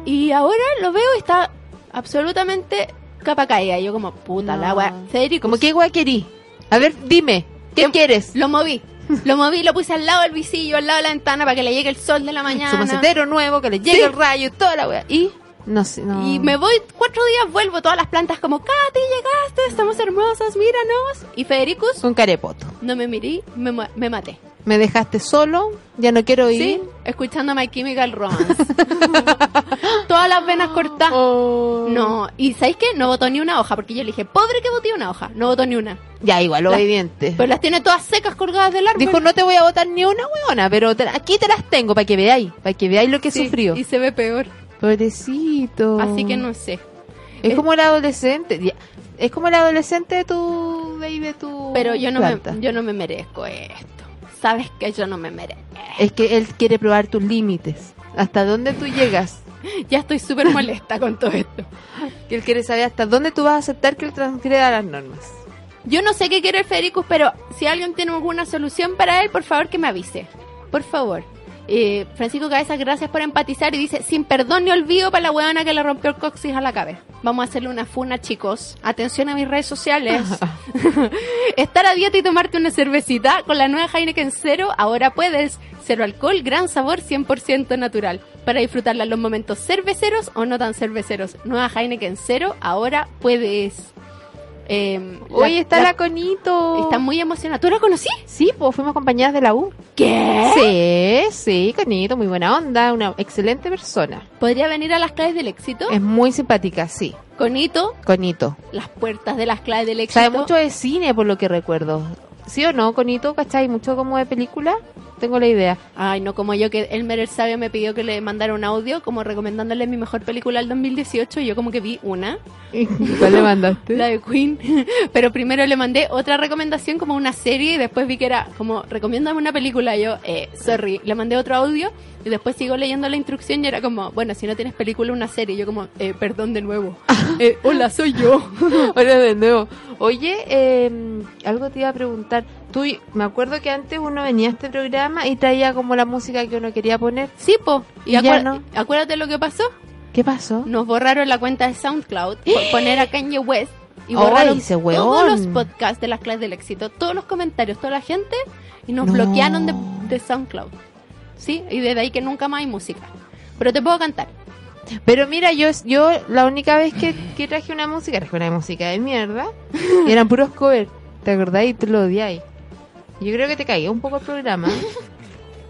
[SPEAKER 1] Y ahora lo veo y está absolutamente capa caída. Y Yo como, puta
[SPEAKER 2] No.
[SPEAKER 1] la wea. Federico,
[SPEAKER 2] Como que guay querí. A ver, dime. ¿Qué
[SPEAKER 1] Em-
[SPEAKER 2] quieres?
[SPEAKER 1] Lo moví. Lo moví, lo puse al lado del visillo, al lado de la ventana para que le llegue el sol de la
[SPEAKER 2] Su
[SPEAKER 1] mañana.
[SPEAKER 2] macetero nuevo, que le llegue el rayo, toda la wea. Y no sé, no.
[SPEAKER 1] Y me voy cuatro días, vuelvo todas las plantas como, Katy, llegaste, estamos hermosas, míranos. Y Federicus,
[SPEAKER 2] Con carepoto.
[SPEAKER 1] no me mirí, me, mu- me maté.
[SPEAKER 2] Me dejaste solo, ya no quiero ir.
[SPEAKER 1] Sí, escuchando My Chemical Romance. Todas las venas cortadas. Ah.
[SPEAKER 2] Oh.
[SPEAKER 1] No, y ¿sabéis qué? No botó ni una hoja, porque yo le dije, pobre que boté una hoja. No botó ni una.
[SPEAKER 2] Ya, igual,
[SPEAKER 1] La-
[SPEAKER 2] obediente.
[SPEAKER 1] Pero las tiene todas secas colgadas del árbol.
[SPEAKER 2] Dijo, no te voy a votar ni una weona, pero te- aquí te las tengo para que veáis, para que veáis lo que
[SPEAKER 1] Sí,
[SPEAKER 2] sufrió. Oh.
[SPEAKER 1] Y se ve peor.
[SPEAKER 2] Pobrecito.
[SPEAKER 1] Así que no sé.
[SPEAKER 2] Es
[SPEAKER 1] es-
[SPEAKER 2] como el adolescente. ya. Es como el adolescente de tu. de ahí de tu.
[SPEAKER 1] Pero yo no,
[SPEAKER 2] planta.
[SPEAKER 1] me, yo no me merezco esto. Sabes que yo no me merezco.
[SPEAKER 2] Es que él quiere probar tus límites. Hasta dónde tú llegas.
[SPEAKER 1] Ya estoy súper molesta con todo esto.
[SPEAKER 2] Que él quiere saber hasta dónde tú vas a aceptar que él transgreda las normas.
[SPEAKER 1] Yo no sé qué quiere el Federicus, pero si alguien tiene alguna solución para él, por favor que me avise. Por favor. Eh, Francisco Cabezas, gracias por empatizar y dice, sin perdón ni olvido para la huevona que le rompió el coxis a la cabeza. Vamos a hacerle una funa, chicos. Atención a mis redes sociales. Estar a dieta y tomarte una cervecita con la nueva Heineken Cero, ahora puedes. Cero alcohol, gran sabor, 100% natural. Para disfrutarla en los momentos cerveceros o no tan cerveceros. Nueva Heineken Cero, ahora puedes. Eh,
[SPEAKER 2] Hoy está la, Conito.
[SPEAKER 1] Está muy emocionada. ¿Tú la conocí?
[SPEAKER 2] Sí, pues fuimos compañeras de la U.
[SPEAKER 1] ¿Qué?
[SPEAKER 2] Sí, sí, Conito, muy buena onda, una excelente persona.
[SPEAKER 1] ¿Podría venir a las claves del éxito?
[SPEAKER 2] Es muy simpática, sí,
[SPEAKER 1] Conito,
[SPEAKER 2] Conito.
[SPEAKER 1] las puertas de las claves del éxito.
[SPEAKER 2] Sabe mucho de cine, por lo que recuerdo. ¿Sí o no, Conito? ¿Cachai? ¿Mucho como de película? Tengo la idea.
[SPEAKER 1] Ay, no como yo que Elmer el Sabio me pidió que le mandara un audio como recomendándole mi mejor película del 2018 y yo como que vi una.
[SPEAKER 2] ¿Cuál le mandaste?
[SPEAKER 1] La de Queen. Pero primero le mandé otra recomendación como una serie y después vi que era como, recomiéndame una película. Y yo, eh, sorry. Le mandé otro audio y después sigo leyendo la instrucción y era como, bueno, si no tienes película, una serie. Y yo como, eh, perdón de nuevo. Eh, hola, soy yo.
[SPEAKER 2] Hola de nuevo. Oye, eh, algo te iba a preguntar. Tú, me acuerdo que antes uno venía a este programa y traía como la música que uno quería poner.
[SPEAKER 1] Sí, po. Y
[SPEAKER 2] Ya
[SPEAKER 1] acuer-
[SPEAKER 2] no.
[SPEAKER 1] acuérdate lo que pasó.
[SPEAKER 2] ¿Qué pasó?
[SPEAKER 1] Nos borraron la cuenta de SoundCloud por poner a Kanye West. Y borraron
[SPEAKER 2] Ay, ese
[SPEAKER 1] todos
[SPEAKER 2] weón.
[SPEAKER 1] los podcasts de las clases del éxito, todos los comentarios, toda la gente, y nos
[SPEAKER 2] No.
[SPEAKER 1] bloquearon de, de SoundCloud. ¿Sí? Y desde ahí que nunca más hay música. Pero te puedo cantar.
[SPEAKER 2] Pero mira, yo, yo la única vez que, que traje una música, traje una música de mierda, y eran puros covers. ¿Te acordáis? Tú lo odiáis. Yo creo que te caía un poco el programa.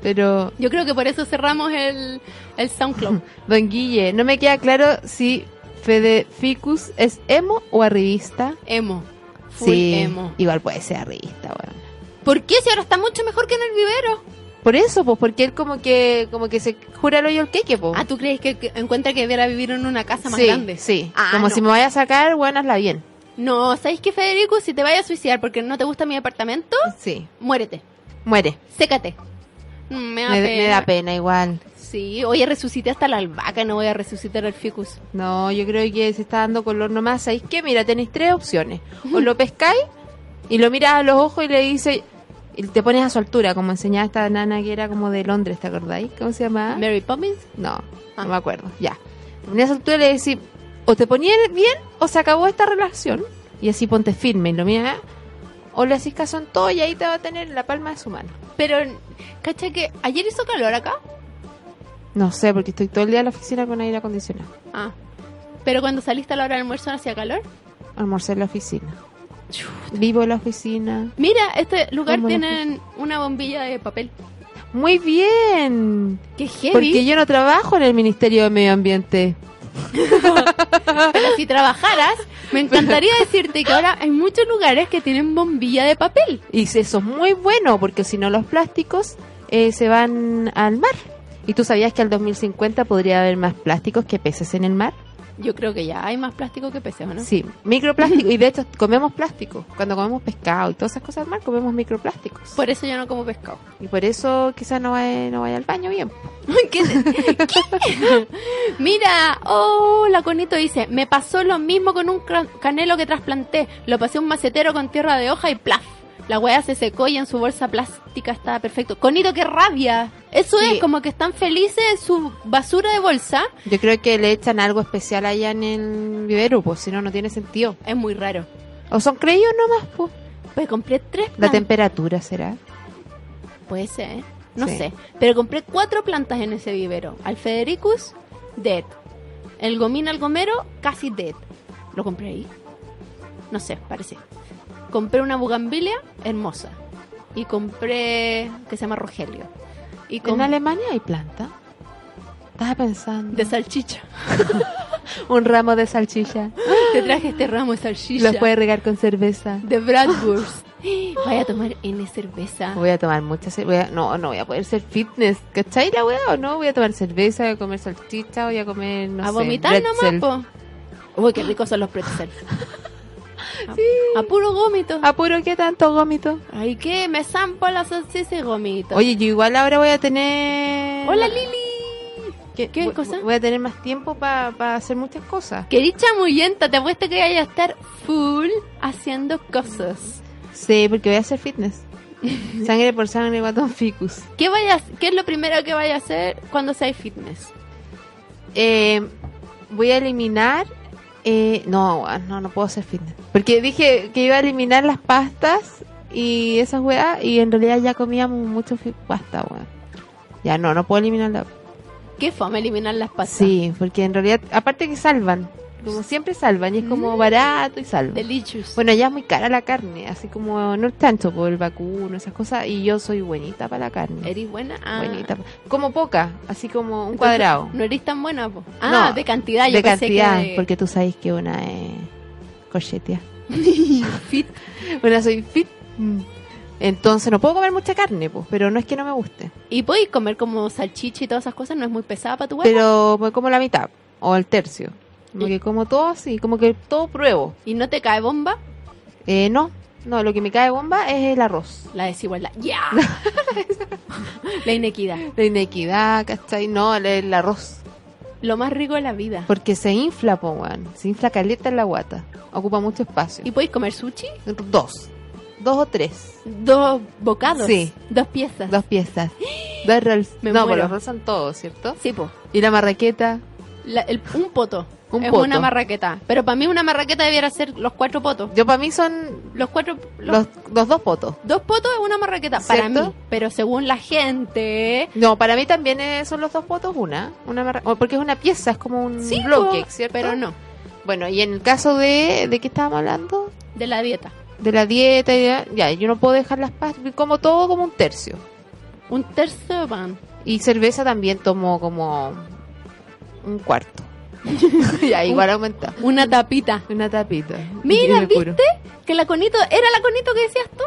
[SPEAKER 2] Pero,
[SPEAKER 1] Yo creo que por eso cerramos el, el SoundCloud.
[SPEAKER 2] don Guille, no me queda claro si Fede Ficus es emo o arribista.
[SPEAKER 1] Emo. Full emo.
[SPEAKER 2] igual puede ser arribista, weón.
[SPEAKER 1] ¿Por qué si ahora está mucho mejor que en el vivero?
[SPEAKER 2] Por eso, pues, porque él como que como que se jura el hoyo al queque, pues.
[SPEAKER 1] Ah, ¿tú crees que que encuentra que debiera vivir en una casa más
[SPEAKER 2] sí,
[SPEAKER 1] grande?
[SPEAKER 2] Sí,
[SPEAKER 1] Ah,
[SPEAKER 2] como
[SPEAKER 1] no.
[SPEAKER 2] si me vaya a sacar, weón, hazla bien.
[SPEAKER 1] No, ¿sabes qué, Federico? Si te vayas a suicidar porque no te gusta mi departamento,
[SPEAKER 2] Sí,
[SPEAKER 1] muérete.
[SPEAKER 2] muere.
[SPEAKER 1] Sécate. Mm, Me da
[SPEAKER 2] Me,
[SPEAKER 1] pena.
[SPEAKER 2] me da pena igual.
[SPEAKER 1] Sí, oye, resucité hasta la albahaca, no voy a resucitar al ficus.
[SPEAKER 2] No, yo creo que se está dando color nomás. ¿Sabéis qué? Mira, tenéis tres opciones. O lo pescáis y lo miras a los ojos y le dices... Y te pones a su altura, como enseñaba esta nana que era como de Londres, ¿te acordáis? ¿Cómo se llamaba?
[SPEAKER 1] Mary Poppins.
[SPEAKER 2] No,
[SPEAKER 1] Ah.
[SPEAKER 2] no me acuerdo. Ya. En esa altura le decís, o te ponías bien o se acabó esta relación. Y así ponte firme y lo mira. O le haces caso en todo y ahí te va a tener en la palma de su mano.
[SPEAKER 1] Pero, ¿cacha que ayer hizo calor acá?
[SPEAKER 2] No sé, porque estoy todo el día en la oficina con aire acondicionado.
[SPEAKER 1] Ah. Pero cuando saliste a la hora del almuerzo no hacía calor.
[SPEAKER 2] Almorcé en la oficina. Vivo en la oficina.
[SPEAKER 1] Mira, este lugar
[SPEAKER 2] Cómo no
[SPEAKER 1] tienen una bombilla de papel.
[SPEAKER 2] Muy bien.
[SPEAKER 1] Qué
[SPEAKER 2] Porque
[SPEAKER 1] heavy.
[SPEAKER 2] yo no trabajo en el Ministerio de Medio Ambiente.
[SPEAKER 1] Pero si trabajaras, me encantaría decirte que ahora hay muchos lugares que tienen bombilla de papel.
[SPEAKER 2] Y eso es muy bueno, porque si no los plásticos eh, se van al mar. ¿Y tú sabías que al 2050 podría haber más plásticos que peces en el mar?
[SPEAKER 1] Yo creo que ya hay más plástico que peces, ¿o ¿no?
[SPEAKER 2] Sí, microplástico. y de hecho comemos plástico. Cuando comemos pescado y todas esas cosas al mar, comemos microplásticos.
[SPEAKER 1] Por eso yo no como pescado.
[SPEAKER 2] y por eso quizás no vaya, no vaya al baño bien.
[SPEAKER 1] ¿Qué? ¿Qué? Mira, oh, la Conito dice, me pasó lo mismo con un cra- canelo que trasplanté. Lo pasé a un macetero con tierra de hoja y plaf. La weá se secó y en su bolsa plástica estaba perfecto. Conito, qué rabia. Eso
[SPEAKER 2] Sí.
[SPEAKER 1] es, como que están felices en su basura de bolsa.
[SPEAKER 2] Yo creo que le echan algo especial allá en el vivero, pues si no, no tiene sentido.
[SPEAKER 1] Es muy raro.
[SPEAKER 2] O son creídos nomás, pues.
[SPEAKER 1] Pues compré tres
[SPEAKER 2] La
[SPEAKER 1] plantas.
[SPEAKER 2] temperatura será.
[SPEAKER 1] Puede ser, ¿eh? no
[SPEAKER 2] Sí.
[SPEAKER 1] sé. Pero compré cuatro plantas en ese vivero. Al Federicus, dead. El Gomín al Gomero, casi dead. Lo compré ahí. No sé, parece. Compré una bugambilia hermosa. Y compré. que se llama Rogelio. Y
[SPEAKER 2] ¿En
[SPEAKER 1] compré.
[SPEAKER 2] Alemania hay planta? Estaba pensando.
[SPEAKER 1] De salchicha.
[SPEAKER 2] Un ramo de salchicha.
[SPEAKER 1] Te traje este ramo de salchicha.
[SPEAKER 2] Los puede regar con cerveza.
[SPEAKER 1] De Bradburst. Vaya a tomar N cerveza.
[SPEAKER 2] Voy a tomar mucha cerveza. No, no voy a poder ser fitness. ¿Cachai la weá o no? Voy a tomar cerveza, voy a comer salchicha, voy a comer, no
[SPEAKER 1] a
[SPEAKER 2] sé,
[SPEAKER 1] vomitar
[SPEAKER 2] pretzel.
[SPEAKER 1] nomás, po. Uy, qué ricos son los pretzels. A, a puro gómito.
[SPEAKER 2] Apuro, ¿qué tanto gómito?
[SPEAKER 1] Ay, ¿qué? Me zampo la salchicha y gomito.
[SPEAKER 2] Oye, yo igual ahora voy a tener...
[SPEAKER 1] Hola, Lili. ¿Qué,
[SPEAKER 2] Voy-
[SPEAKER 1] cosa?
[SPEAKER 2] Voy a tener más tiempo para hacer muchas cosas.
[SPEAKER 1] Qué dicha muyenta, te apuesto que vaya a estar full haciendo cosas.
[SPEAKER 2] Sí, porque voy a hacer fitness. sangre por sangre, guatón ficus.
[SPEAKER 1] ¿Qué, vaya, ¿Qué es lo primero que vaya a hacer cuando sea fitness?
[SPEAKER 2] Eh, voy a eliminar. eh, no, weón, no, no puedo hacer fitness. Porque dije que iba a eliminar las pastas y esas weas. Y en realidad ya comíamos mucho fi- pasta, weón. Ya no, no puedo eliminar la
[SPEAKER 1] ¿Qué fome eliminar las pastas?
[SPEAKER 2] Sí, porque en realidad, aparte que salvan. Como siempre salvan. Y es
[SPEAKER 1] Mm.
[SPEAKER 2] como barato y salvan.
[SPEAKER 1] Delicious.
[SPEAKER 2] Bueno, ya es muy cara la carne. Así como no es tanto por el vacuno, esas cosas. Y yo soy buenita para la carne.
[SPEAKER 1] ¿Eres buena? Ah.
[SPEAKER 2] Buenita. Como poca, así como un
[SPEAKER 1] Entonces,
[SPEAKER 2] cuadrado.
[SPEAKER 1] No eres tan buena, po. Ah,
[SPEAKER 2] No,
[SPEAKER 1] de cantidad. Yo
[SPEAKER 2] de
[SPEAKER 1] pensé
[SPEAKER 2] cantidad,
[SPEAKER 1] que de
[SPEAKER 2] porque tú sabes que una es cochetia.
[SPEAKER 1] fit.
[SPEAKER 2] Una soy fit. Entonces no puedo comer mucha carne, pues, pero no es que no me guste.
[SPEAKER 1] Y podéis comer como salchicha y todas esas cosas, no es muy pesada para tu huevo.
[SPEAKER 2] Pero me como la mitad o el tercio. Como
[SPEAKER 1] Y-
[SPEAKER 2] que como todo así, como que todo pruebo.
[SPEAKER 1] ¿Y no te cae bomba?
[SPEAKER 2] Eh, no, no, lo que me cae bomba es el arroz.
[SPEAKER 1] La desigualdad. ¡Ya! la inequidad.
[SPEAKER 2] La inequidad, ¿cachai? No, el, el arroz.
[SPEAKER 1] Lo más rico de la vida.
[SPEAKER 2] Porque se infla, po, weón. Se infla caleta en la guata. Ocupa mucho espacio.
[SPEAKER 1] ¿Y podéis comer sushi?
[SPEAKER 2] Dos. Dos o tres.
[SPEAKER 1] Dos bocados.
[SPEAKER 2] Sí.
[SPEAKER 1] Dos piezas.
[SPEAKER 2] Dos piezas. Dos rolls.
[SPEAKER 1] Me
[SPEAKER 2] no, pues
[SPEAKER 1] muero.
[SPEAKER 2] los rolls son todos, ¿cierto?
[SPEAKER 1] Sí, po.
[SPEAKER 2] Y la marraqueta.
[SPEAKER 1] La- el- un poto.
[SPEAKER 2] Un
[SPEAKER 1] es
[SPEAKER 2] poto.
[SPEAKER 1] una marraqueta. Pero para mí una marraqueta debiera ser los cuatro potos.
[SPEAKER 2] Yo para mí son
[SPEAKER 1] Los cuatro... Los,
[SPEAKER 2] los, los dos potos.
[SPEAKER 1] Dos potos es una marraqueta. Para
[SPEAKER 2] ¿Cierto?
[SPEAKER 1] mí. Pero según la gente...
[SPEAKER 2] No, para mí también eh, son los dos potos una. una marra- o Porque es una pieza, es como un
[SPEAKER 1] Sí, po,
[SPEAKER 2] bloque, ¿cierto?
[SPEAKER 1] Pero no.
[SPEAKER 2] Bueno, y en el caso de... ¿De qué estábamos hablando?
[SPEAKER 1] De la dieta.
[SPEAKER 2] de la dieta, y ya, ya, yo no puedo dejar las pastas, como todo como un tercio.
[SPEAKER 1] Un tercio de pan.
[SPEAKER 2] Y cerveza también tomo como un cuarto. ya, igual aumenta.
[SPEAKER 1] Una tapita.
[SPEAKER 2] Una tapita.
[SPEAKER 1] Mira,
[SPEAKER 2] Y me curo.
[SPEAKER 1] ¿viste? Que la Conito, era la Conito que decías tú.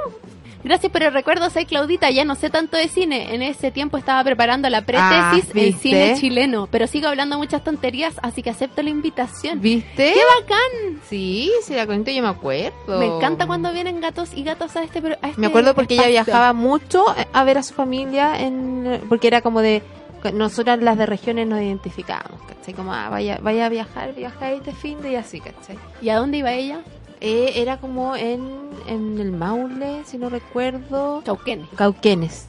[SPEAKER 1] Gracias por el recuerdo, soy Claudita, ya no sé tanto de cine. En ese tiempo estaba preparando la pretesis
[SPEAKER 2] Ah,
[SPEAKER 1] en
[SPEAKER 2] ¿viste?
[SPEAKER 1] cine chileno, pero sigo hablando muchas tonterías, así que acepto la invitación.
[SPEAKER 2] ¿Viste?
[SPEAKER 1] ¡Qué bacán!
[SPEAKER 2] Sí, sí, la conito yo me acuerdo.
[SPEAKER 1] Me encanta cuando vienen gatos y gatos a este... pro- a este
[SPEAKER 2] Me acuerdo porque ella
[SPEAKER 1] espacio.
[SPEAKER 2] viajaba mucho a ver a su familia en porque era como de nosotras las de regiones nos identificábamos, ¿cachai? Como ah, vaya, vaya a viajar, viaja este fin de y así, ¿cachai?
[SPEAKER 1] ¿Y a dónde iba ella?
[SPEAKER 2] Eh, era como en, en el Maule, si no recuerdo.
[SPEAKER 1] Cauquenes,
[SPEAKER 2] Cauquenes.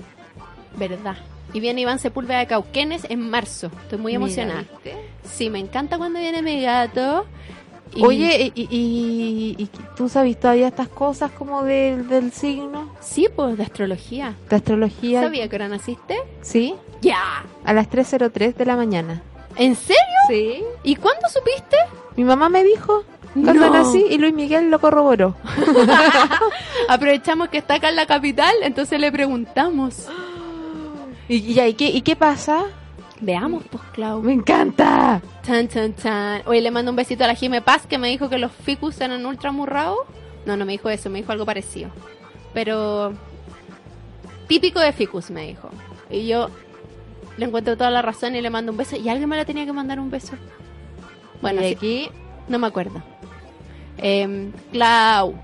[SPEAKER 1] verdad. Y viene Iván Sepúlveda de Cauquenes en marzo. Estoy muy
[SPEAKER 2] Mira,
[SPEAKER 1] emocionada.
[SPEAKER 2] ¿viste?
[SPEAKER 1] Sí, me encanta cuando viene mi gato. y-
[SPEAKER 2] Oye, y, y- y- y tú sabes todavía estas cosas como del- del signo,
[SPEAKER 1] Sí, pues, de astrología.
[SPEAKER 2] de astrología.
[SPEAKER 1] ¿Sabía que ahora naciste?
[SPEAKER 2] Sí,
[SPEAKER 1] ¡Ya!
[SPEAKER 2] a las 3.03 de la mañana.
[SPEAKER 1] ¿En serio?
[SPEAKER 2] Sí.
[SPEAKER 1] ¿Y cuándo supiste?
[SPEAKER 2] Mi mamá me dijo cuando
[SPEAKER 1] No.
[SPEAKER 2] nací y Luis Miguel lo corroboró.
[SPEAKER 1] Aprovechamos que está acá en la capital, entonces le preguntamos.
[SPEAKER 2] ¿Y, y, ahí, ¿qué, ¿Y qué pasa?
[SPEAKER 1] Veamos, pues, Clau.
[SPEAKER 2] ¡Me encanta!
[SPEAKER 1] Chan, chan, chan. Oye, le mando un besito a la Jime Paz que me dijo que los ficus eran ultramurrados. No, no me dijo eso, me dijo algo parecido. Pero típico de ficus, me dijo. Y yo le encuentro toda la razón y le mando un beso. Y alguien me la tenía que mandar un beso. Bueno,
[SPEAKER 2] y
[SPEAKER 1] sí,
[SPEAKER 2] aquí,
[SPEAKER 1] no me acuerdo. Em, Clau,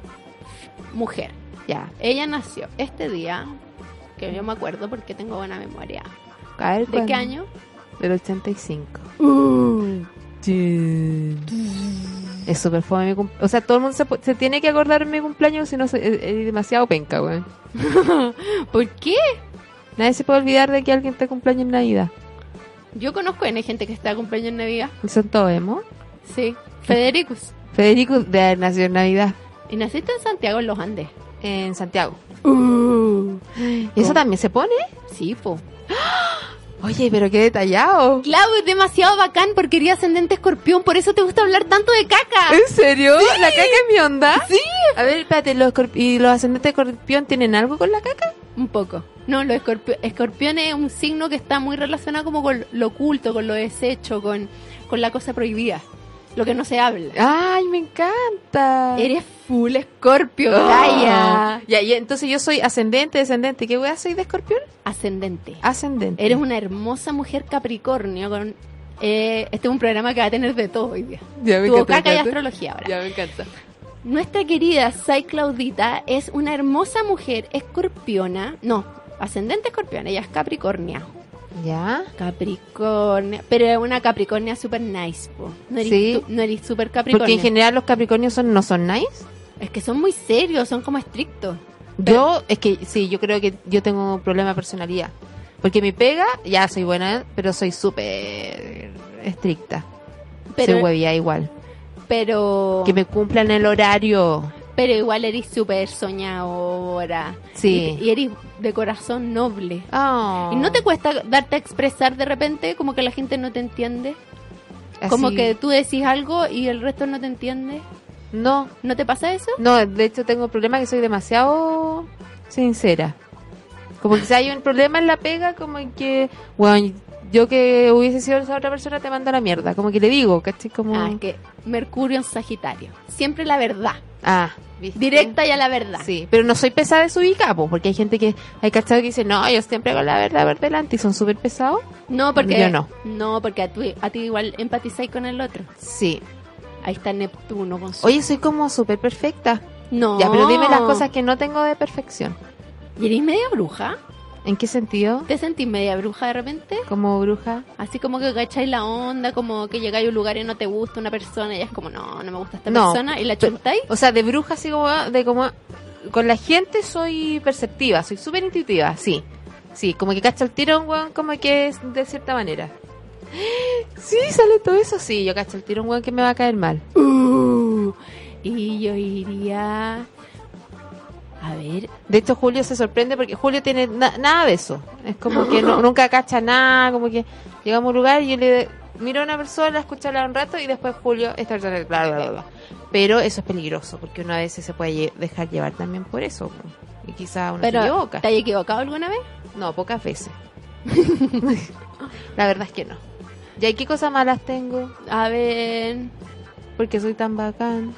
[SPEAKER 1] mujer.
[SPEAKER 2] ya.
[SPEAKER 1] Ella nació este día, que yo me acuerdo porque tengo buena memoria.
[SPEAKER 2] A ver,
[SPEAKER 1] ¿De
[SPEAKER 2] ¿cuándo?
[SPEAKER 1] qué año?
[SPEAKER 2] Del 85. Uh. Sí. Es súper fome mi cumpleaños. O sea, todo el mundo se, pu- se tiene que acordar de mi cumpleaños, si no se- es, es demasiado penca, güey.
[SPEAKER 1] ¿Por qué?
[SPEAKER 2] Nadie se puede olvidar de que alguien te cumpleaños en Navidad.
[SPEAKER 1] Yo conozco en gente que está de cumpleaños en Navidad.
[SPEAKER 2] ¿Y son todos emo?
[SPEAKER 1] Sí. Federicus.
[SPEAKER 2] Federico de haber nacido en Navidad.
[SPEAKER 1] Y naciste en Santiago, en los Andes.
[SPEAKER 2] En Santiago. ¿Eso también se pone?
[SPEAKER 1] Sí, po.
[SPEAKER 2] Oye, pero qué detallado.
[SPEAKER 1] Clau, es demasiado bacán porque eres ascendente escorpión, por eso te gusta hablar tanto de caca.
[SPEAKER 2] ¿En serio? ¿La caca es mi onda? Sí. A ver, espérate, ¿los escorp- ¿y los ascendentes escorpión tienen algo con la caca?
[SPEAKER 1] Un poco. No, los escorpio- escorpión es un signo que está muy relacionado como con lo oculto, con lo deshecho, con, con la cosa prohibida. Lo que no se habla.
[SPEAKER 2] ¡Ay, me encanta!
[SPEAKER 1] Eres full escorpio,
[SPEAKER 2] Oh.
[SPEAKER 1] Gaia.
[SPEAKER 2] Ya, y entonces yo soy ascendente, descendente. ¿Qué weá soy de escorpión?
[SPEAKER 1] Ascendente.
[SPEAKER 2] Ah, Ascendente.
[SPEAKER 1] Eres una hermosa mujer Capricornio con... eh, este es un programa que va a tener de todo hoy día.
[SPEAKER 2] Ya, me
[SPEAKER 1] Tu
[SPEAKER 2] encanta,
[SPEAKER 1] caca y
[SPEAKER 2] me encanta.
[SPEAKER 1] astrología ahora.
[SPEAKER 2] Ya, me encanta.
[SPEAKER 1] Nuestra querida Sai Claudita es una hermosa mujer escorpiona. No, ascendente escorpiona, ella es Capricornia.
[SPEAKER 2] ¿Ya?
[SPEAKER 1] Capricornia, pero es una Capricornia super nice, po. No eres,
[SPEAKER 2] Sí.
[SPEAKER 1] tú- no eres super
[SPEAKER 2] Porque
[SPEAKER 1] Capricornia.
[SPEAKER 2] en general los capricornios son, no son nice.
[SPEAKER 1] es que son muy serios, son como estrictos.
[SPEAKER 2] Yo, es que sí, yo creo que yo tengo un problema de personalidad. Porque mi pega, ya soy buena, pero soy súper estricta.
[SPEAKER 1] Pero,
[SPEAKER 2] soy huevía igual.
[SPEAKER 1] pero,
[SPEAKER 2] Que me cumplan el horario.
[SPEAKER 1] pero igual eres súper soñadora.
[SPEAKER 2] Sí.
[SPEAKER 1] Y, y eres de corazón noble.
[SPEAKER 2] Ah.
[SPEAKER 1] ¿Y no te cuesta darte a expresar de repente como que la gente no te entiende?
[SPEAKER 2] Así-
[SPEAKER 1] Como que tú decís algo y el resto no te entiende.
[SPEAKER 2] No,
[SPEAKER 1] ¿No te pasa eso?
[SPEAKER 2] no, de hecho tengo problema que soy demasiado sincera. Como que si hay un problema en la pega, como que, bueno, yo que hubiese sido esa otra persona te mando a la mierda. Como que le digo, ¿cachai? Como...
[SPEAKER 1] Ah, es que Mercurio en Sagitario. Siempre la verdad.
[SPEAKER 2] Ah, ¿viste?
[SPEAKER 1] Directa y a la verdad.
[SPEAKER 2] Sí, pero no soy pesada de su po, porque hay gente que, hay cachado que dice, no, yo siempre con la verdad por delante y son súper pesados.
[SPEAKER 1] No, porque.
[SPEAKER 2] Yo no.
[SPEAKER 1] porque a ti, a ti igual empatizáis con el otro.
[SPEAKER 2] Sí.
[SPEAKER 1] Ahí está Neptuno con su.
[SPEAKER 2] Oye, soy como súper perfecta.
[SPEAKER 1] no.
[SPEAKER 2] Ya, pero dime las
[SPEAKER 1] Oh.
[SPEAKER 2] cosas que no tengo de perfección.
[SPEAKER 1] ¿Y eres media bruja?
[SPEAKER 2] ¿En qué sentido?
[SPEAKER 1] ¿Te sentís media bruja de repente?
[SPEAKER 2] Como bruja.
[SPEAKER 1] Así como que cacháis la onda, como que llegáis a un lugar y no te gusta una persona y es como, no, no me gusta esta
[SPEAKER 2] No,
[SPEAKER 1] persona y la
[SPEAKER 2] pero-
[SPEAKER 1] chuntáis.
[SPEAKER 2] O sea, de bruja así como de como con la gente soy perceptiva, soy súper intuitiva, sí. Sí, como que cacho el tiro, un weón, como que es de cierta manera. Sí, sale todo eso, sí, yo cacho el tiro, un weón que me va a caer mal.
[SPEAKER 1] Uh, y yo iría. A ver.
[SPEAKER 2] De hecho, Julio se sorprende porque Julio tiene na- nada de eso. Es como que no- nunca cacha nada, como que llegamos a un lugar y yo le miro a una persona, escucharla un rato y después Julio, esta persona, bla, bla, bla, bla. Pero eso es peligroso porque uno a veces se puede lle- dejar llevar también por eso. po. Y quizá uno se
[SPEAKER 1] Pero,
[SPEAKER 2] equivoca.
[SPEAKER 1] ¿te has equivocado alguna vez?
[SPEAKER 2] No, pocas veces. La verdad es que no. ¿Y ahí qué cosas malas tengo?
[SPEAKER 1] A ver,
[SPEAKER 2] Porque soy tan bacán.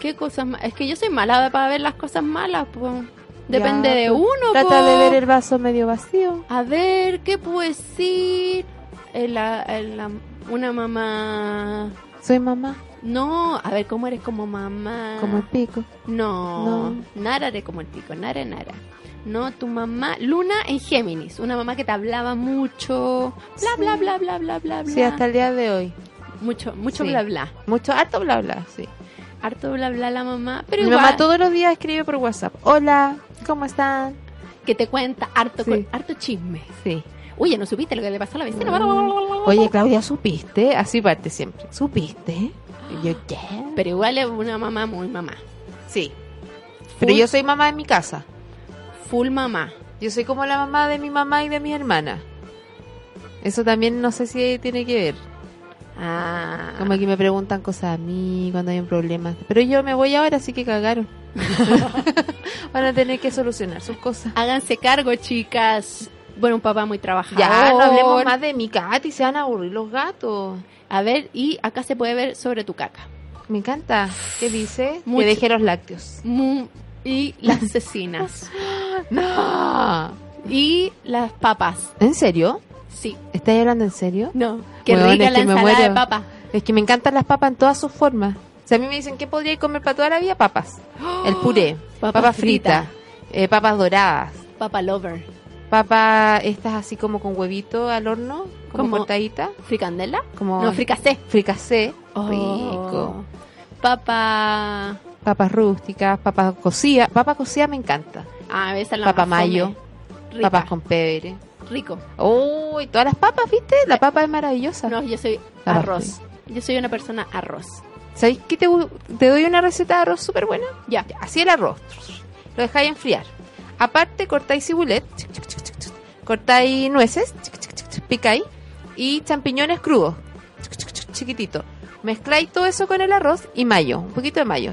[SPEAKER 1] ¿qué cosas malas? Es que yo soy mala para ver las cosas malas, po. Depende
[SPEAKER 2] Ya,
[SPEAKER 1] de
[SPEAKER 2] pues,
[SPEAKER 1] uno,
[SPEAKER 2] Trata
[SPEAKER 1] po.
[SPEAKER 2] de ver el vaso medio vacío.
[SPEAKER 1] A ver, ¿qué puedo decir? El- la- el- la- una mamá...
[SPEAKER 2] Soy mamá,
[SPEAKER 1] No, a ver, ¿cómo eres como mamá?
[SPEAKER 2] como el pico.
[SPEAKER 1] No,
[SPEAKER 2] No.
[SPEAKER 1] Nara de como el pico, Nara, Nara. No, tu mamá, Luna en Géminis, una mamá que te hablaba mucho, bla,
[SPEAKER 2] Sí.
[SPEAKER 1] bla, bla, bla, bla, bla, bla.
[SPEAKER 2] Sí, hasta el día de hoy.
[SPEAKER 1] Mucho, mucho
[SPEAKER 2] Sí.
[SPEAKER 1] bla, bla.
[SPEAKER 2] Mucho harto bla bla, sí.
[SPEAKER 1] Harto bla, bla la mamá, pero
[SPEAKER 2] Mi
[SPEAKER 1] igual
[SPEAKER 2] mamá todos los días escribe por WhatsApp. Hola, ¿cómo están?
[SPEAKER 1] que te cuenta harto,
[SPEAKER 2] Sí.
[SPEAKER 1] con- harto chisme.
[SPEAKER 2] Sí.
[SPEAKER 1] Oye, ¿no supiste lo que le pasó a la vecina?
[SPEAKER 2] Mm.
[SPEAKER 1] Oh.
[SPEAKER 2] Oye, Claudia, ¿supiste? Así parte siempre. ¿Supiste? Y yo, ¿qué?
[SPEAKER 1] Pero igual es una mamá muy mamá,
[SPEAKER 2] Sí. Pero
[SPEAKER 1] Full.
[SPEAKER 2] yo soy mamá en mi casa.
[SPEAKER 1] full mamá.
[SPEAKER 2] Yo soy como la mamá de mi mamá y de mis hermanas. Eso también no sé si tiene que ver.
[SPEAKER 1] Ah,
[SPEAKER 2] Como que me preguntan cosas a mí cuando hay un problema. Pero yo me voy ahora, así que cagaron. Van a tener que solucionar sus cosas.
[SPEAKER 1] háganse cargo, chicas. Bueno, un papá muy trabajador.
[SPEAKER 2] Ya, no hablemos más de mi Katy, se van a aburrir los gatos.
[SPEAKER 1] A ver, y acá se puede ver sobre tu caca.
[SPEAKER 2] Me encanta. ¿Qué dice?
[SPEAKER 1] Mucho.
[SPEAKER 2] Que dejé los lácteos.
[SPEAKER 1] Mu- y las cecinas.
[SPEAKER 2] ¡No!
[SPEAKER 1] y las papas.
[SPEAKER 2] ¿En serio?
[SPEAKER 1] Sí.
[SPEAKER 2] ¿Estáis hablando en serio?
[SPEAKER 1] No. Que
[SPEAKER 2] Weón,
[SPEAKER 1] rica
[SPEAKER 2] es
[SPEAKER 1] la
[SPEAKER 2] que me
[SPEAKER 1] ensalada de
[SPEAKER 2] muero.
[SPEAKER 1] papa.
[SPEAKER 2] Es que me encantan las papas en todas sus formas. Si a mí me dicen, ¿qué podría comer para toda la vida? Papas. El puré.
[SPEAKER 1] Papa
[SPEAKER 2] Papas, fritas. eh, papas doradas.
[SPEAKER 1] Papa lover.
[SPEAKER 2] Papas estas así como con huevito al horno. Como
[SPEAKER 1] Como-
[SPEAKER 2] cortadita.
[SPEAKER 1] ¿Fricandela?
[SPEAKER 2] Como
[SPEAKER 1] No, fricasé.
[SPEAKER 2] fricasé.
[SPEAKER 1] Oh.
[SPEAKER 2] Rico.
[SPEAKER 1] Papa...
[SPEAKER 2] Papas rústicas, papas cocidas. Papas cocidas me encanta.
[SPEAKER 1] Ah, esa es la
[SPEAKER 2] Papa
[SPEAKER 1] más fome.
[SPEAKER 2] mayo.
[SPEAKER 1] Rica.
[SPEAKER 2] Papas con pebre.
[SPEAKER 1] Rico.
[SPEAKER 2] Uy, todas las papas, ¿viste? La papa es maravillosa.
[SPEAKER 1] Eh, No, yo soy
[SPEAKER 2] Ah,
[SPEAKER 1] arroz.
[SPEAKER 2] sí.
[SPEAKER 1] Yo soy una persona arroz.
[SPEAKER 2] ¿Sabéis que te, gu- te doy una receta de arroz súper buena?
[SPEAKER 1] Ya.
[SPEAKER 2] Así el arroz. Lo dejáis enfriar. Aparte, cortáis cibulet, cortáis nueces, picáis y champiñones crudos, chiquitito. Mezcláis todo eso con el arroz y mayo, un poquito de mayo.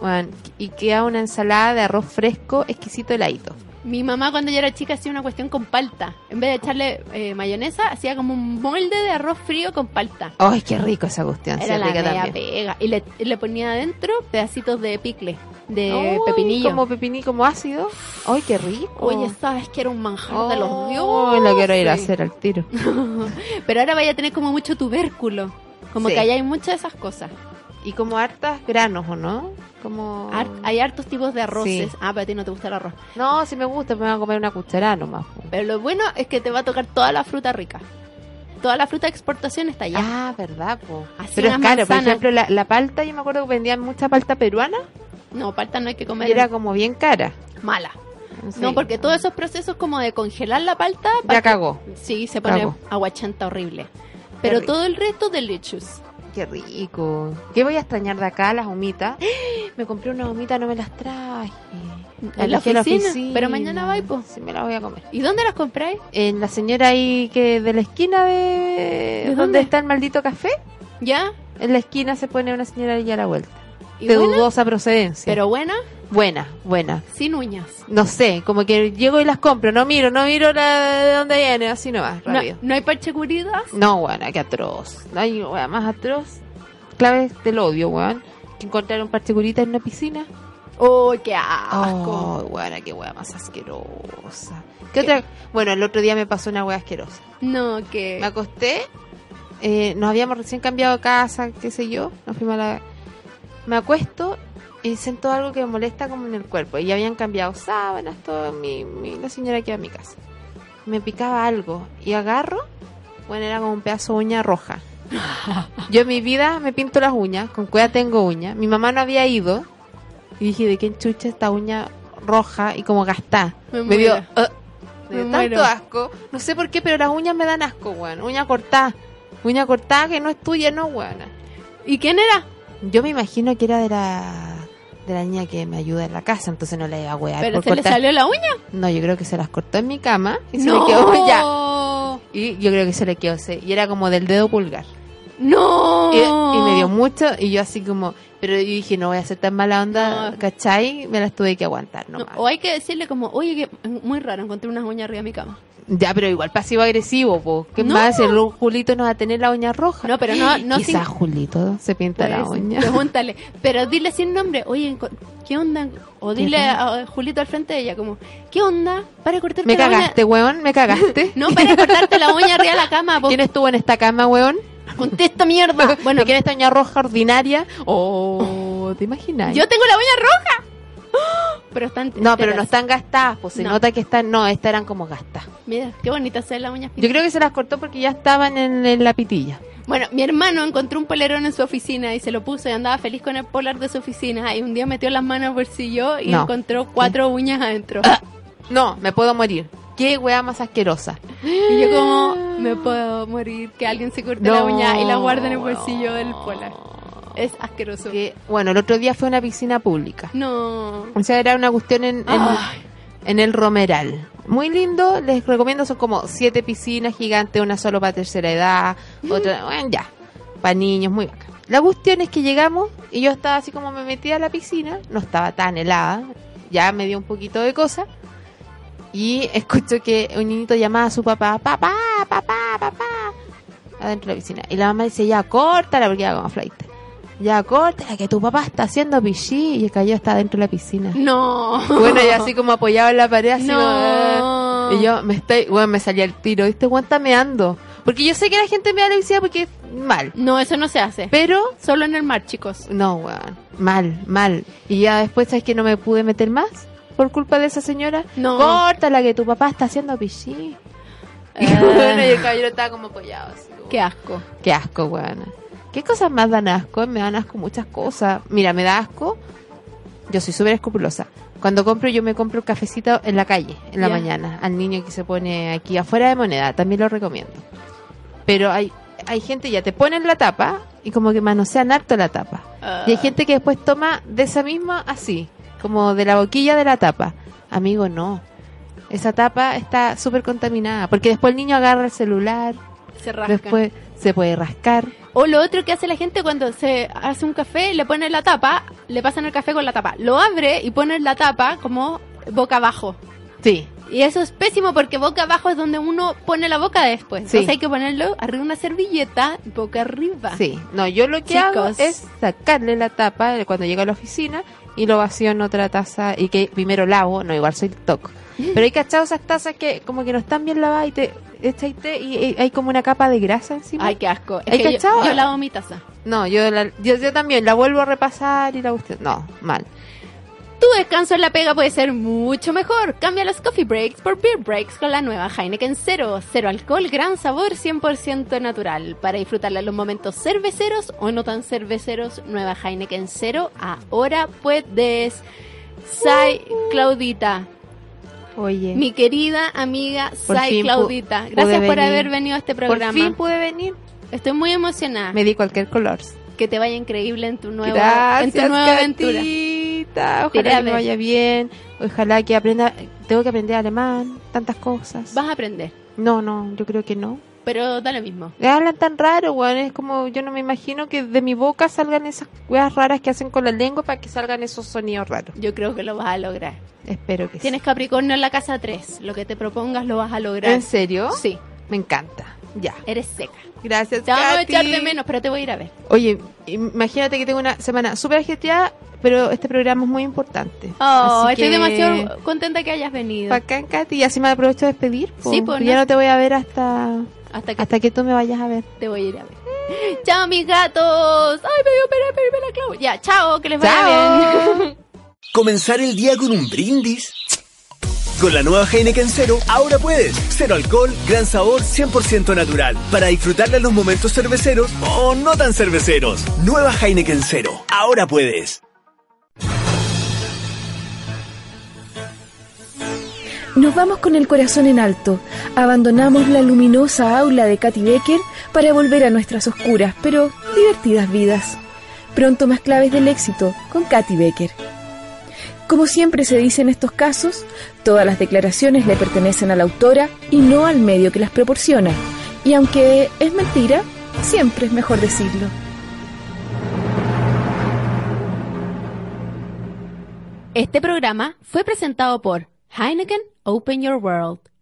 [SPEAKER 2] Bueno, y queda una ensalada de arroz fresco, exquisito heladito.
[SPEAKER 1] Mi mamá cuando yo era chica hacía una cuestión con palta. En vez de echarle eh, mayonesa, hacía como un molde de arroz frío con palta.
[SPEAKER 2] ¡Ay, qué rico esa cuestión!
[SPEAKER 1] Era la
[SPEAKER 2] rica
[SPEAKER 1] mega
[SPEAKER 2] también.
[SPEAKER 1] pega. Y le, y le ponía adentro pedacitos de picle, de
[SPEAKER 2] Ay,
[SPEAKER 1] pepinillo.
[SPEAKER 2] Como Eh, pepinillo, como ácido. ¡Ay, qué rico!
[SPEAKER 1] Oye, sabes que era un manjar de los
[SPEAKER 2] Ay,
[SPEAKER 1] dioses.
[SPEAKER 2] lo quiero ir a hacer al tiro.
[SPEAKER 1] Pero ahora vaya a tener como mucho tubérculo. Como
[SPEAKER 2] Sí.
[SPEAKER 1] que allá hay muchas de esas cosas.
[SPEAKER 2] Y como hartas granos, ¿o no? Como...
[SPEAKER 1] Har- hay hartos tipos de arroces.
[SPEAKER 2] Oh. Sí.
[SPEAKER 1] Ah, pero a ti no te gusta el arroz.
[SPEAKER 2] No, si me gusta, me voy a comer una cucharada nomás. po.
[SPEAKER 1] Pero lo bueno es que te va a tocar toda la fruta rica. Toda la fruta de exportación está allá.
[SPEAKER 2] Ah, verdad, po.
[SPEAKER 1] Así
[SPEAKER 2] Pero es
[SPEAKER 1] unas
[SPEAKER 2] caro, por
[SPEAKER 1] manzanas.
[SPEAKER 2] ejemplo, la, la palta, yo me acuerdo que vendían mucha palta peruana
[SPEAKER 1] No, palta no hay que
[SPEAKER 2] y
[SPEAKER 1] comer
[SPEAKER 2] era como bien cara.
[SPEAKER 1] mala.
[SPEAKER 2] Sí.
[SPEAKER 1] No, porque todos esos procesos como de congelar la palta...
[SPEAKER 2] Ya
[SPEAKER 1] para que-
[SPEAKER 2] cagó.
[SPEAKER 1] Sí, se pone
[SPEAKER 2] Cago.
[SPEAKER 1] aguachanta horrible. Pero
[SPEAKER 2] rico.
[SPEAKER 1] todo el resto delicious.
[SPEAKER 2] Qué rico. ¿Qué voy a extrañar de acá? Las humitas. Me compré una humita, no me las traje. Las
[SPEAKER 1] En la
[SPEAKER 2] dejé en
[SPEAKER 1] oficina, pero mañana va y, po.
[SPEAKER 2] Sí, me las voy a comer.
[SPEAKER 1] ¿Y dónde las compráis?
[SPEAKER 2] En la señora ahí que de la esquina de...
[SPEAKER 1] dónde?
[SPEAKER 2] ¿Dónde está el maldito café?
[SPEAKER 1] ¿Ya?
[SPEAKER 2] En la esquina se pone una señora y a la vuelta.
[SPEAKER 1] ¿Y
[SPEAKER 2] de
[SPEAKER 1] buena?
[SPEAKER 2] dudosa procedencia.
[SPEAKER 1] Pero buena,
[SPEAKER 2] buena, buena.
[SPEAKER 1] sin uñas.
[SPEAKER 2] No sé, como que llego y las compro, no miro, no miro la de dónde viene, así no va,
[SPEAKER 1] No,
[SPEAKER 2] rápido.
[SPEAKER 1] no hay parchecuridas.
[SPEAKER 2] No, weón, qué atroz. No hay weón, más atroz. Claves del odio, weón. Que encontrar un parche curita en una piscina.
[SPEAKER 1] Oh, qué
[SPEAKER 2] Oh,
[SPEAKER 1] asco.
[SPEAKER 2] weón, qué weón más asquerosa. ¿Qué otra? Bueno, el otro día me pasó una weón asquerosa.
[SPEAKER 1] No,
[SPEAKER 2] Me
[SPEAKER 1] que.
[SPEAKER 2] acosté, eh, nos habíamos recién cambiado de casa, qué sé yo, nos fuimos a la... Me acuesto y siento algo que me molesta como en el cuerpo. Y ya habían cambiado sábanas, todo, mi, mi- la señora que iba a mi casa. Me picaba algo y agarro, bueno, era como un pedazo de uña roja. Yo en mi vida me pinto las uñas, con cueva tengo uñas. Mi mamá no había ido y dije, ¿de qué chucha esta uña roja y como gastada?
[SPEAKER 1] Me
[SPEAKER 2] me dio
[SPEAKER 1] muero.
[SPEAKER 2] "Ah", me
[SPEAKER 1] Me
[SPEAKER 2] dio
[SPEAKER 1] muero.
[SPEAKER 2] tanto asco no sé por qué pero las uñas me dan asco weón uña cortada uña cortada que no es tuya no weón
[SPEAKER 1] ¿Y quién era?
[SPEAKER 2] yo me imagino que era de la de la niña que me ayuda en la casa entonces no la iba a wear
[SPEAKER 1] ¿Pero
[SPEAKER 2] por
[SPEAKER 1] se le
[SPEAKER 2] cortar.
[SPEAKER 1] salió la uña?
[SPEAKER 2] no yo creo que se las cortó en mi cama y se
[SPEAKER 1] no.
[SPEAKER 2] me quedó ya y yo creo que se le quedó se- y era como del dedo pulgar
[SPEAKER 1] ¡No!
[SPEAKER 2] Y, y me dio mucho y yo así como, pero yo dije, no voy a ser tan mala onda,
[SPEAKER 1] No.
[SPEAKER 2] ¿cachai? Me las tuve que aguantar
[SPEAKER 1] No,
[SPEAKER 2] nomás.
[SPEAKER 1] o hay que decirle como, oye, que es muy raro, encontré unas uñas arriba de mi cama.
[SPEAKER 2] Ya, pero igual pasivo-agresivo, po. ¿Qué
[SPEAKER 1] No.
[SPEAKER 2] más? El Julito nos va a tener la uña roja.
[SPEAKER 1] No, pero no- no
[SPEAKER 2] Quizás
[SPEAKER 1] sin-
[SPEAKER 2] Julito se pinta la
[SPEAKER 1] Pues,
[SPEAKER 2] uña.
[SPEAKER 1] Pregúntale, pero dile sin nombre, oye, enco- ¿qué onda? O dile a a Julito al frente de ella como, ¿qué onda? Para cortarte
[SPEAKER 2] Me
[SPEAKER 1] la uña-
[SPEAKER 2] cagaste, weón, me cagaste.
[SPEAKER 1] No, para cortarte la uña arriba de la cama, vos
[SPEAKER 2] ¿Quién estuvo en esta cama, weón?
[SPEAKER 1] contesta mierda. Bueno,
[SPEAKER 2] ¿De quién esta uña roja ordinaria? Oh, ¿te imaginas?
[SPEAKER 1] yo tengo la uña roja. Pero están
[SPEAKER 2] No, pero no
[SPEAKER 1] está
[SPEAKER 2] están gastadas, pues se
[SPEAKER 1] No.
[SPEAKER 2] nota que están... No, estas eran como gastas.
[SPEAKER 1] Mira, qué bonita se ve la uña.
[SPEAKER 2] Yo creo que se las cortó porque ya estaban en, en la pitilla.
[SPEAKER 1] Bueno, mi hermano encontró un polerón en su oficina y se lo puso y andaba feliz con el polar de su oficina y un día metió las manos al bolsillo y
[SPEAKER 2] No.
[SPEAKER 1] encontró cuatro uñas adentro.
[SPEAKER 2] No, me puedo morir. Qué weá más asquerosa.
[SPEAKER 1] Y yo como, me puedo morir, que alguien se corte la
[SPEAKER 2] No,
[SPEAKER 1] uña y la guarde en el bolsillo
[SPEAKER 2] no.
[SPEAKER 1] del polar. Es asqueroso.
[SPEAKER 2] Que, bueno, el otro día fue a una piscina pública.
[SPEAKER 1] No.
[SPEAKER 2] O sea, era una cuestión en, en-
[SPEAKER 1] Ay.
[SPEAKER 2] en el Romeral. Muy lindo, les recomiendo, son como siete piscinas gigantes, una solo para tercera edad, otra, bueno, ya, para niños, muy bacán. La cuestión es que llegamos y yo estaba así como me metí a la piscina, no estaba tan helada, ya me dio un poquito de cosa y escucho que un niñito llamaba a su papá, papá, papá, papá, adentro de la piscina. Y la mamá dice, ya, córtala, porque ya como flight. Ya, córtala, que tu papá está haciendo pichí y el cayó hasta adentro de la piscina.
[SPEAKER 1] No.
[SPEAKER 2] Bueno, y así como apoyado en la pared, así como,
[SPEAKER 1] No.
[SPEAKER 2] "Eh". Y yo me estoy, bueno, me salía el tiro, este weón está meando. Porque yo sé que la gente mea la piscina porque es mal.
[SPEAKER 1] No, eso no se hace.
[SPEAKER 2] Pero,
[SPEAKER 1] Solo en el mar, chicos.
[SPEAKER 2] no, weón, mal, mal. Y ya después, ¿sabes que no me pude meter más? Por culpa de esa señora.
[SPEAKER 1] No.
[SPEAKER 2] Córtala, que tu papá está haciendo pichí. Y
[SPEAKER 1] Ah.
[SPEAKER 2] bueno, y el caballero estaba como apoyado, así como,
[SPEAKER 1] Qué asco.
[SPEAKER 2] Qué asco, weón. ¿Qué cosas más dan asco? Me dan asco muchas cosas. Mira, me da asco. Yo soy súper escrupulosa. Cuando compro, yo me compro el cafecito en la calle, en la
[SPEAKER 1] Ya.
[SPEAKER 2] mañana, al niño que se pone aquí afuera de moneda. También lo recomiendo. Pero hay, hay gente ya te ponen la tapa y como que manosean harto la tapa. Y
[SPEAKER 1] Ah,
[SPEAKER 2] hay gente que después toma de esa misma así, como de la boquilla de la tapa. Amigo, no. Esa tapa está súper contaminada. Porque después el niño agarra el celular,
[SPEAKER 1] Se rascan.
[SPEAKER 2] Después se puede rascar.
[SPEAKER 1] O lo otro que hace la gente cuando se hace un café, le pone la tapa, le pasan el café con la tapa. Lo abre y pone la tapa como boca abajo.
[SPEAKER 2] Sí.
[SPEAKER 1] Y eso es pésimo porque boca abajo es donde uno pone la boca después.
[SPEAKER 2] Sí.
[SPEAKER 1] Entonces hay que ponerlo arriba de una servilleta, boca arriba.
[SPEAKER 2] Sí. No, yo lo que hago
[SPEAKER 1] Chicos.
[SPEAKER 2] es sacarle la tapa de cuando llego a la oficina y lo vacío en otra taza y que primero lavo. No, igual soy toc. Pero hay cachado esas tazas que como que no están bien lavadas y te echas té y, y hay como una capa de grasa encima.
[SPEAKER 1] Ay, qué asco. Es
[SPEAKER 2] ¿Hay
[SPEAKER 1] que yo-
[SPEAKER 2] cachado?
[SPEAKER 1] yo, lavo mi taza.
[SPEAKER 2] No, yo, la- yo, yo también la vuelvo a repasar y la usted. No, mal.
[SPEAKER 1] Tu descanso en la pega puede ser mucho mejor. Cambia los coffee breaks por beer breaks con la nueva Heineken Cero. Cero alcohol, gran sabor, 100% natural. Para disfrutarla en los momentos cerveceros o no tan cerveceros, nueva Heineken Cero. Ahora puedes. Sai Claudita,
[SPEAKER 2] Oye.
[SPEAKER 1] mi querida amiga
[SPEAKER 2] Por
[SPEAKER 1] Sai
[SPEAKER 2] fin pu-
[SPEAKER 1] Claudita,
[SPEAKER 2] pude
[SPEAKER 1] gracias por
[SPEAKER 2] venir.
[SPEAKER 1] haber venido a este
[SPEAKER 2] por
[SPEAKER 1] programa.
[SPEAKER 2] fin pude venir.
[SPEAKER 1] Estoy muy emocionada.
[SPEAKER 2] Me di cualquier color.
[SPEAKER 1] Que te vaya increíble en tu nueva,
[SPEAKER 2] Gracias,
[SPEAKER 1] en tu nueva aventura.
[SPEAKER 2] Catita.
[SPEAKER 1] Te iré a
[SPEAKER 2] Ojalá que me
[SPEAKER 1] ver.
[SPEAKER 2] vaya bien. Ojalá que aprenda. Tengo que aprender alemán. Tantas cosas.
[SPEAKER 1] Vas a aprender,
[SPEAKER 2] No, no, yo creo que no.
[SPEAKER 1] pero da lo mismo.
[SPEAKER 2] Le hablan tan raro, weón. Es como, yo no me imagino que de mi boca salgan esas weas raras que hacen con la lengua para que salgan esos sonidos raros.
[SPEAKER 1] Yo creo que lo vas a lograr.
[SPEAKER 2] Espero que
[SPEAKER 1] Tienes Capricornio en la casa 3. Lo que te propongas lo vas a
[SPEAKER 2] sí.
[SPEAKER 1] lograr.
[SPEAKER 2] ¿En serio?
[SPEAKER 1] Sí,
[SPEAKER 2] Me encanta. Ya.
[SPEAKER 1] eres seca.
[SPEAKER 2] Gracias,
[SPEAKER 1] Te vamos a
[SPEAKER 2] Katy.
[SPEAKER 1] echar de menos, pero te voy a ir a ver.
[SPEAKER 2] Oye, imagínate que tengo una semana súper ajetreada, pero este programa es muy importante.
[SPEAKER 1] Oh,
[SPEAKER 2] Así
[SPEAKER 1] estoy
[SPEAKER 2] que-
[SPEAKER 1] demasiado contenta que hayas venido.
[SPEAKER 2] Bacán, Katy, y así me aprovecho de despedir. po.
[SPEAKER 1] Sí, po,
[SPEAKER 2] Porque ya
[SPEAKER 1] no-
[SPEAKER 2] no te voy a ver hasta
[SPEAKER 1] Hasta que
[SPEAKER 2] hasta que tú me vayas a ver.
[SPEAKER 1] te voy a ir a ver. Chao, mis gatos. Ay, me dio pena, pena, pena, Clau. Ya, chao, que les vaya bien.
[SPEAKER 3] Comenzar el día con un brindis. Con la nueva Heineken Cero, ahora puedes. Cero alcohol, gran sabor, 100% natural. Para disfrutarla en los momentos cerveceros o no tan cerveceros. Nueva Heineken Cero, ahora puedes.
[SPEAKER 4] Nos vamos con el corazón en alto. Abandonamos la luminosa aula de Katy Becker para volver a nuestras oscuras pero divertidas vidas. Pronto más claves del éxito con Katy Becker. Como siempre se dice en estos casos, todas las declaraciones le pertenecen a la autora y no al medio que las proporciona. Y aunque es mentira, Siempre es mejor decirlo.
[SPEAKER 1] Este programa fue presentado por Heineken Open Your World.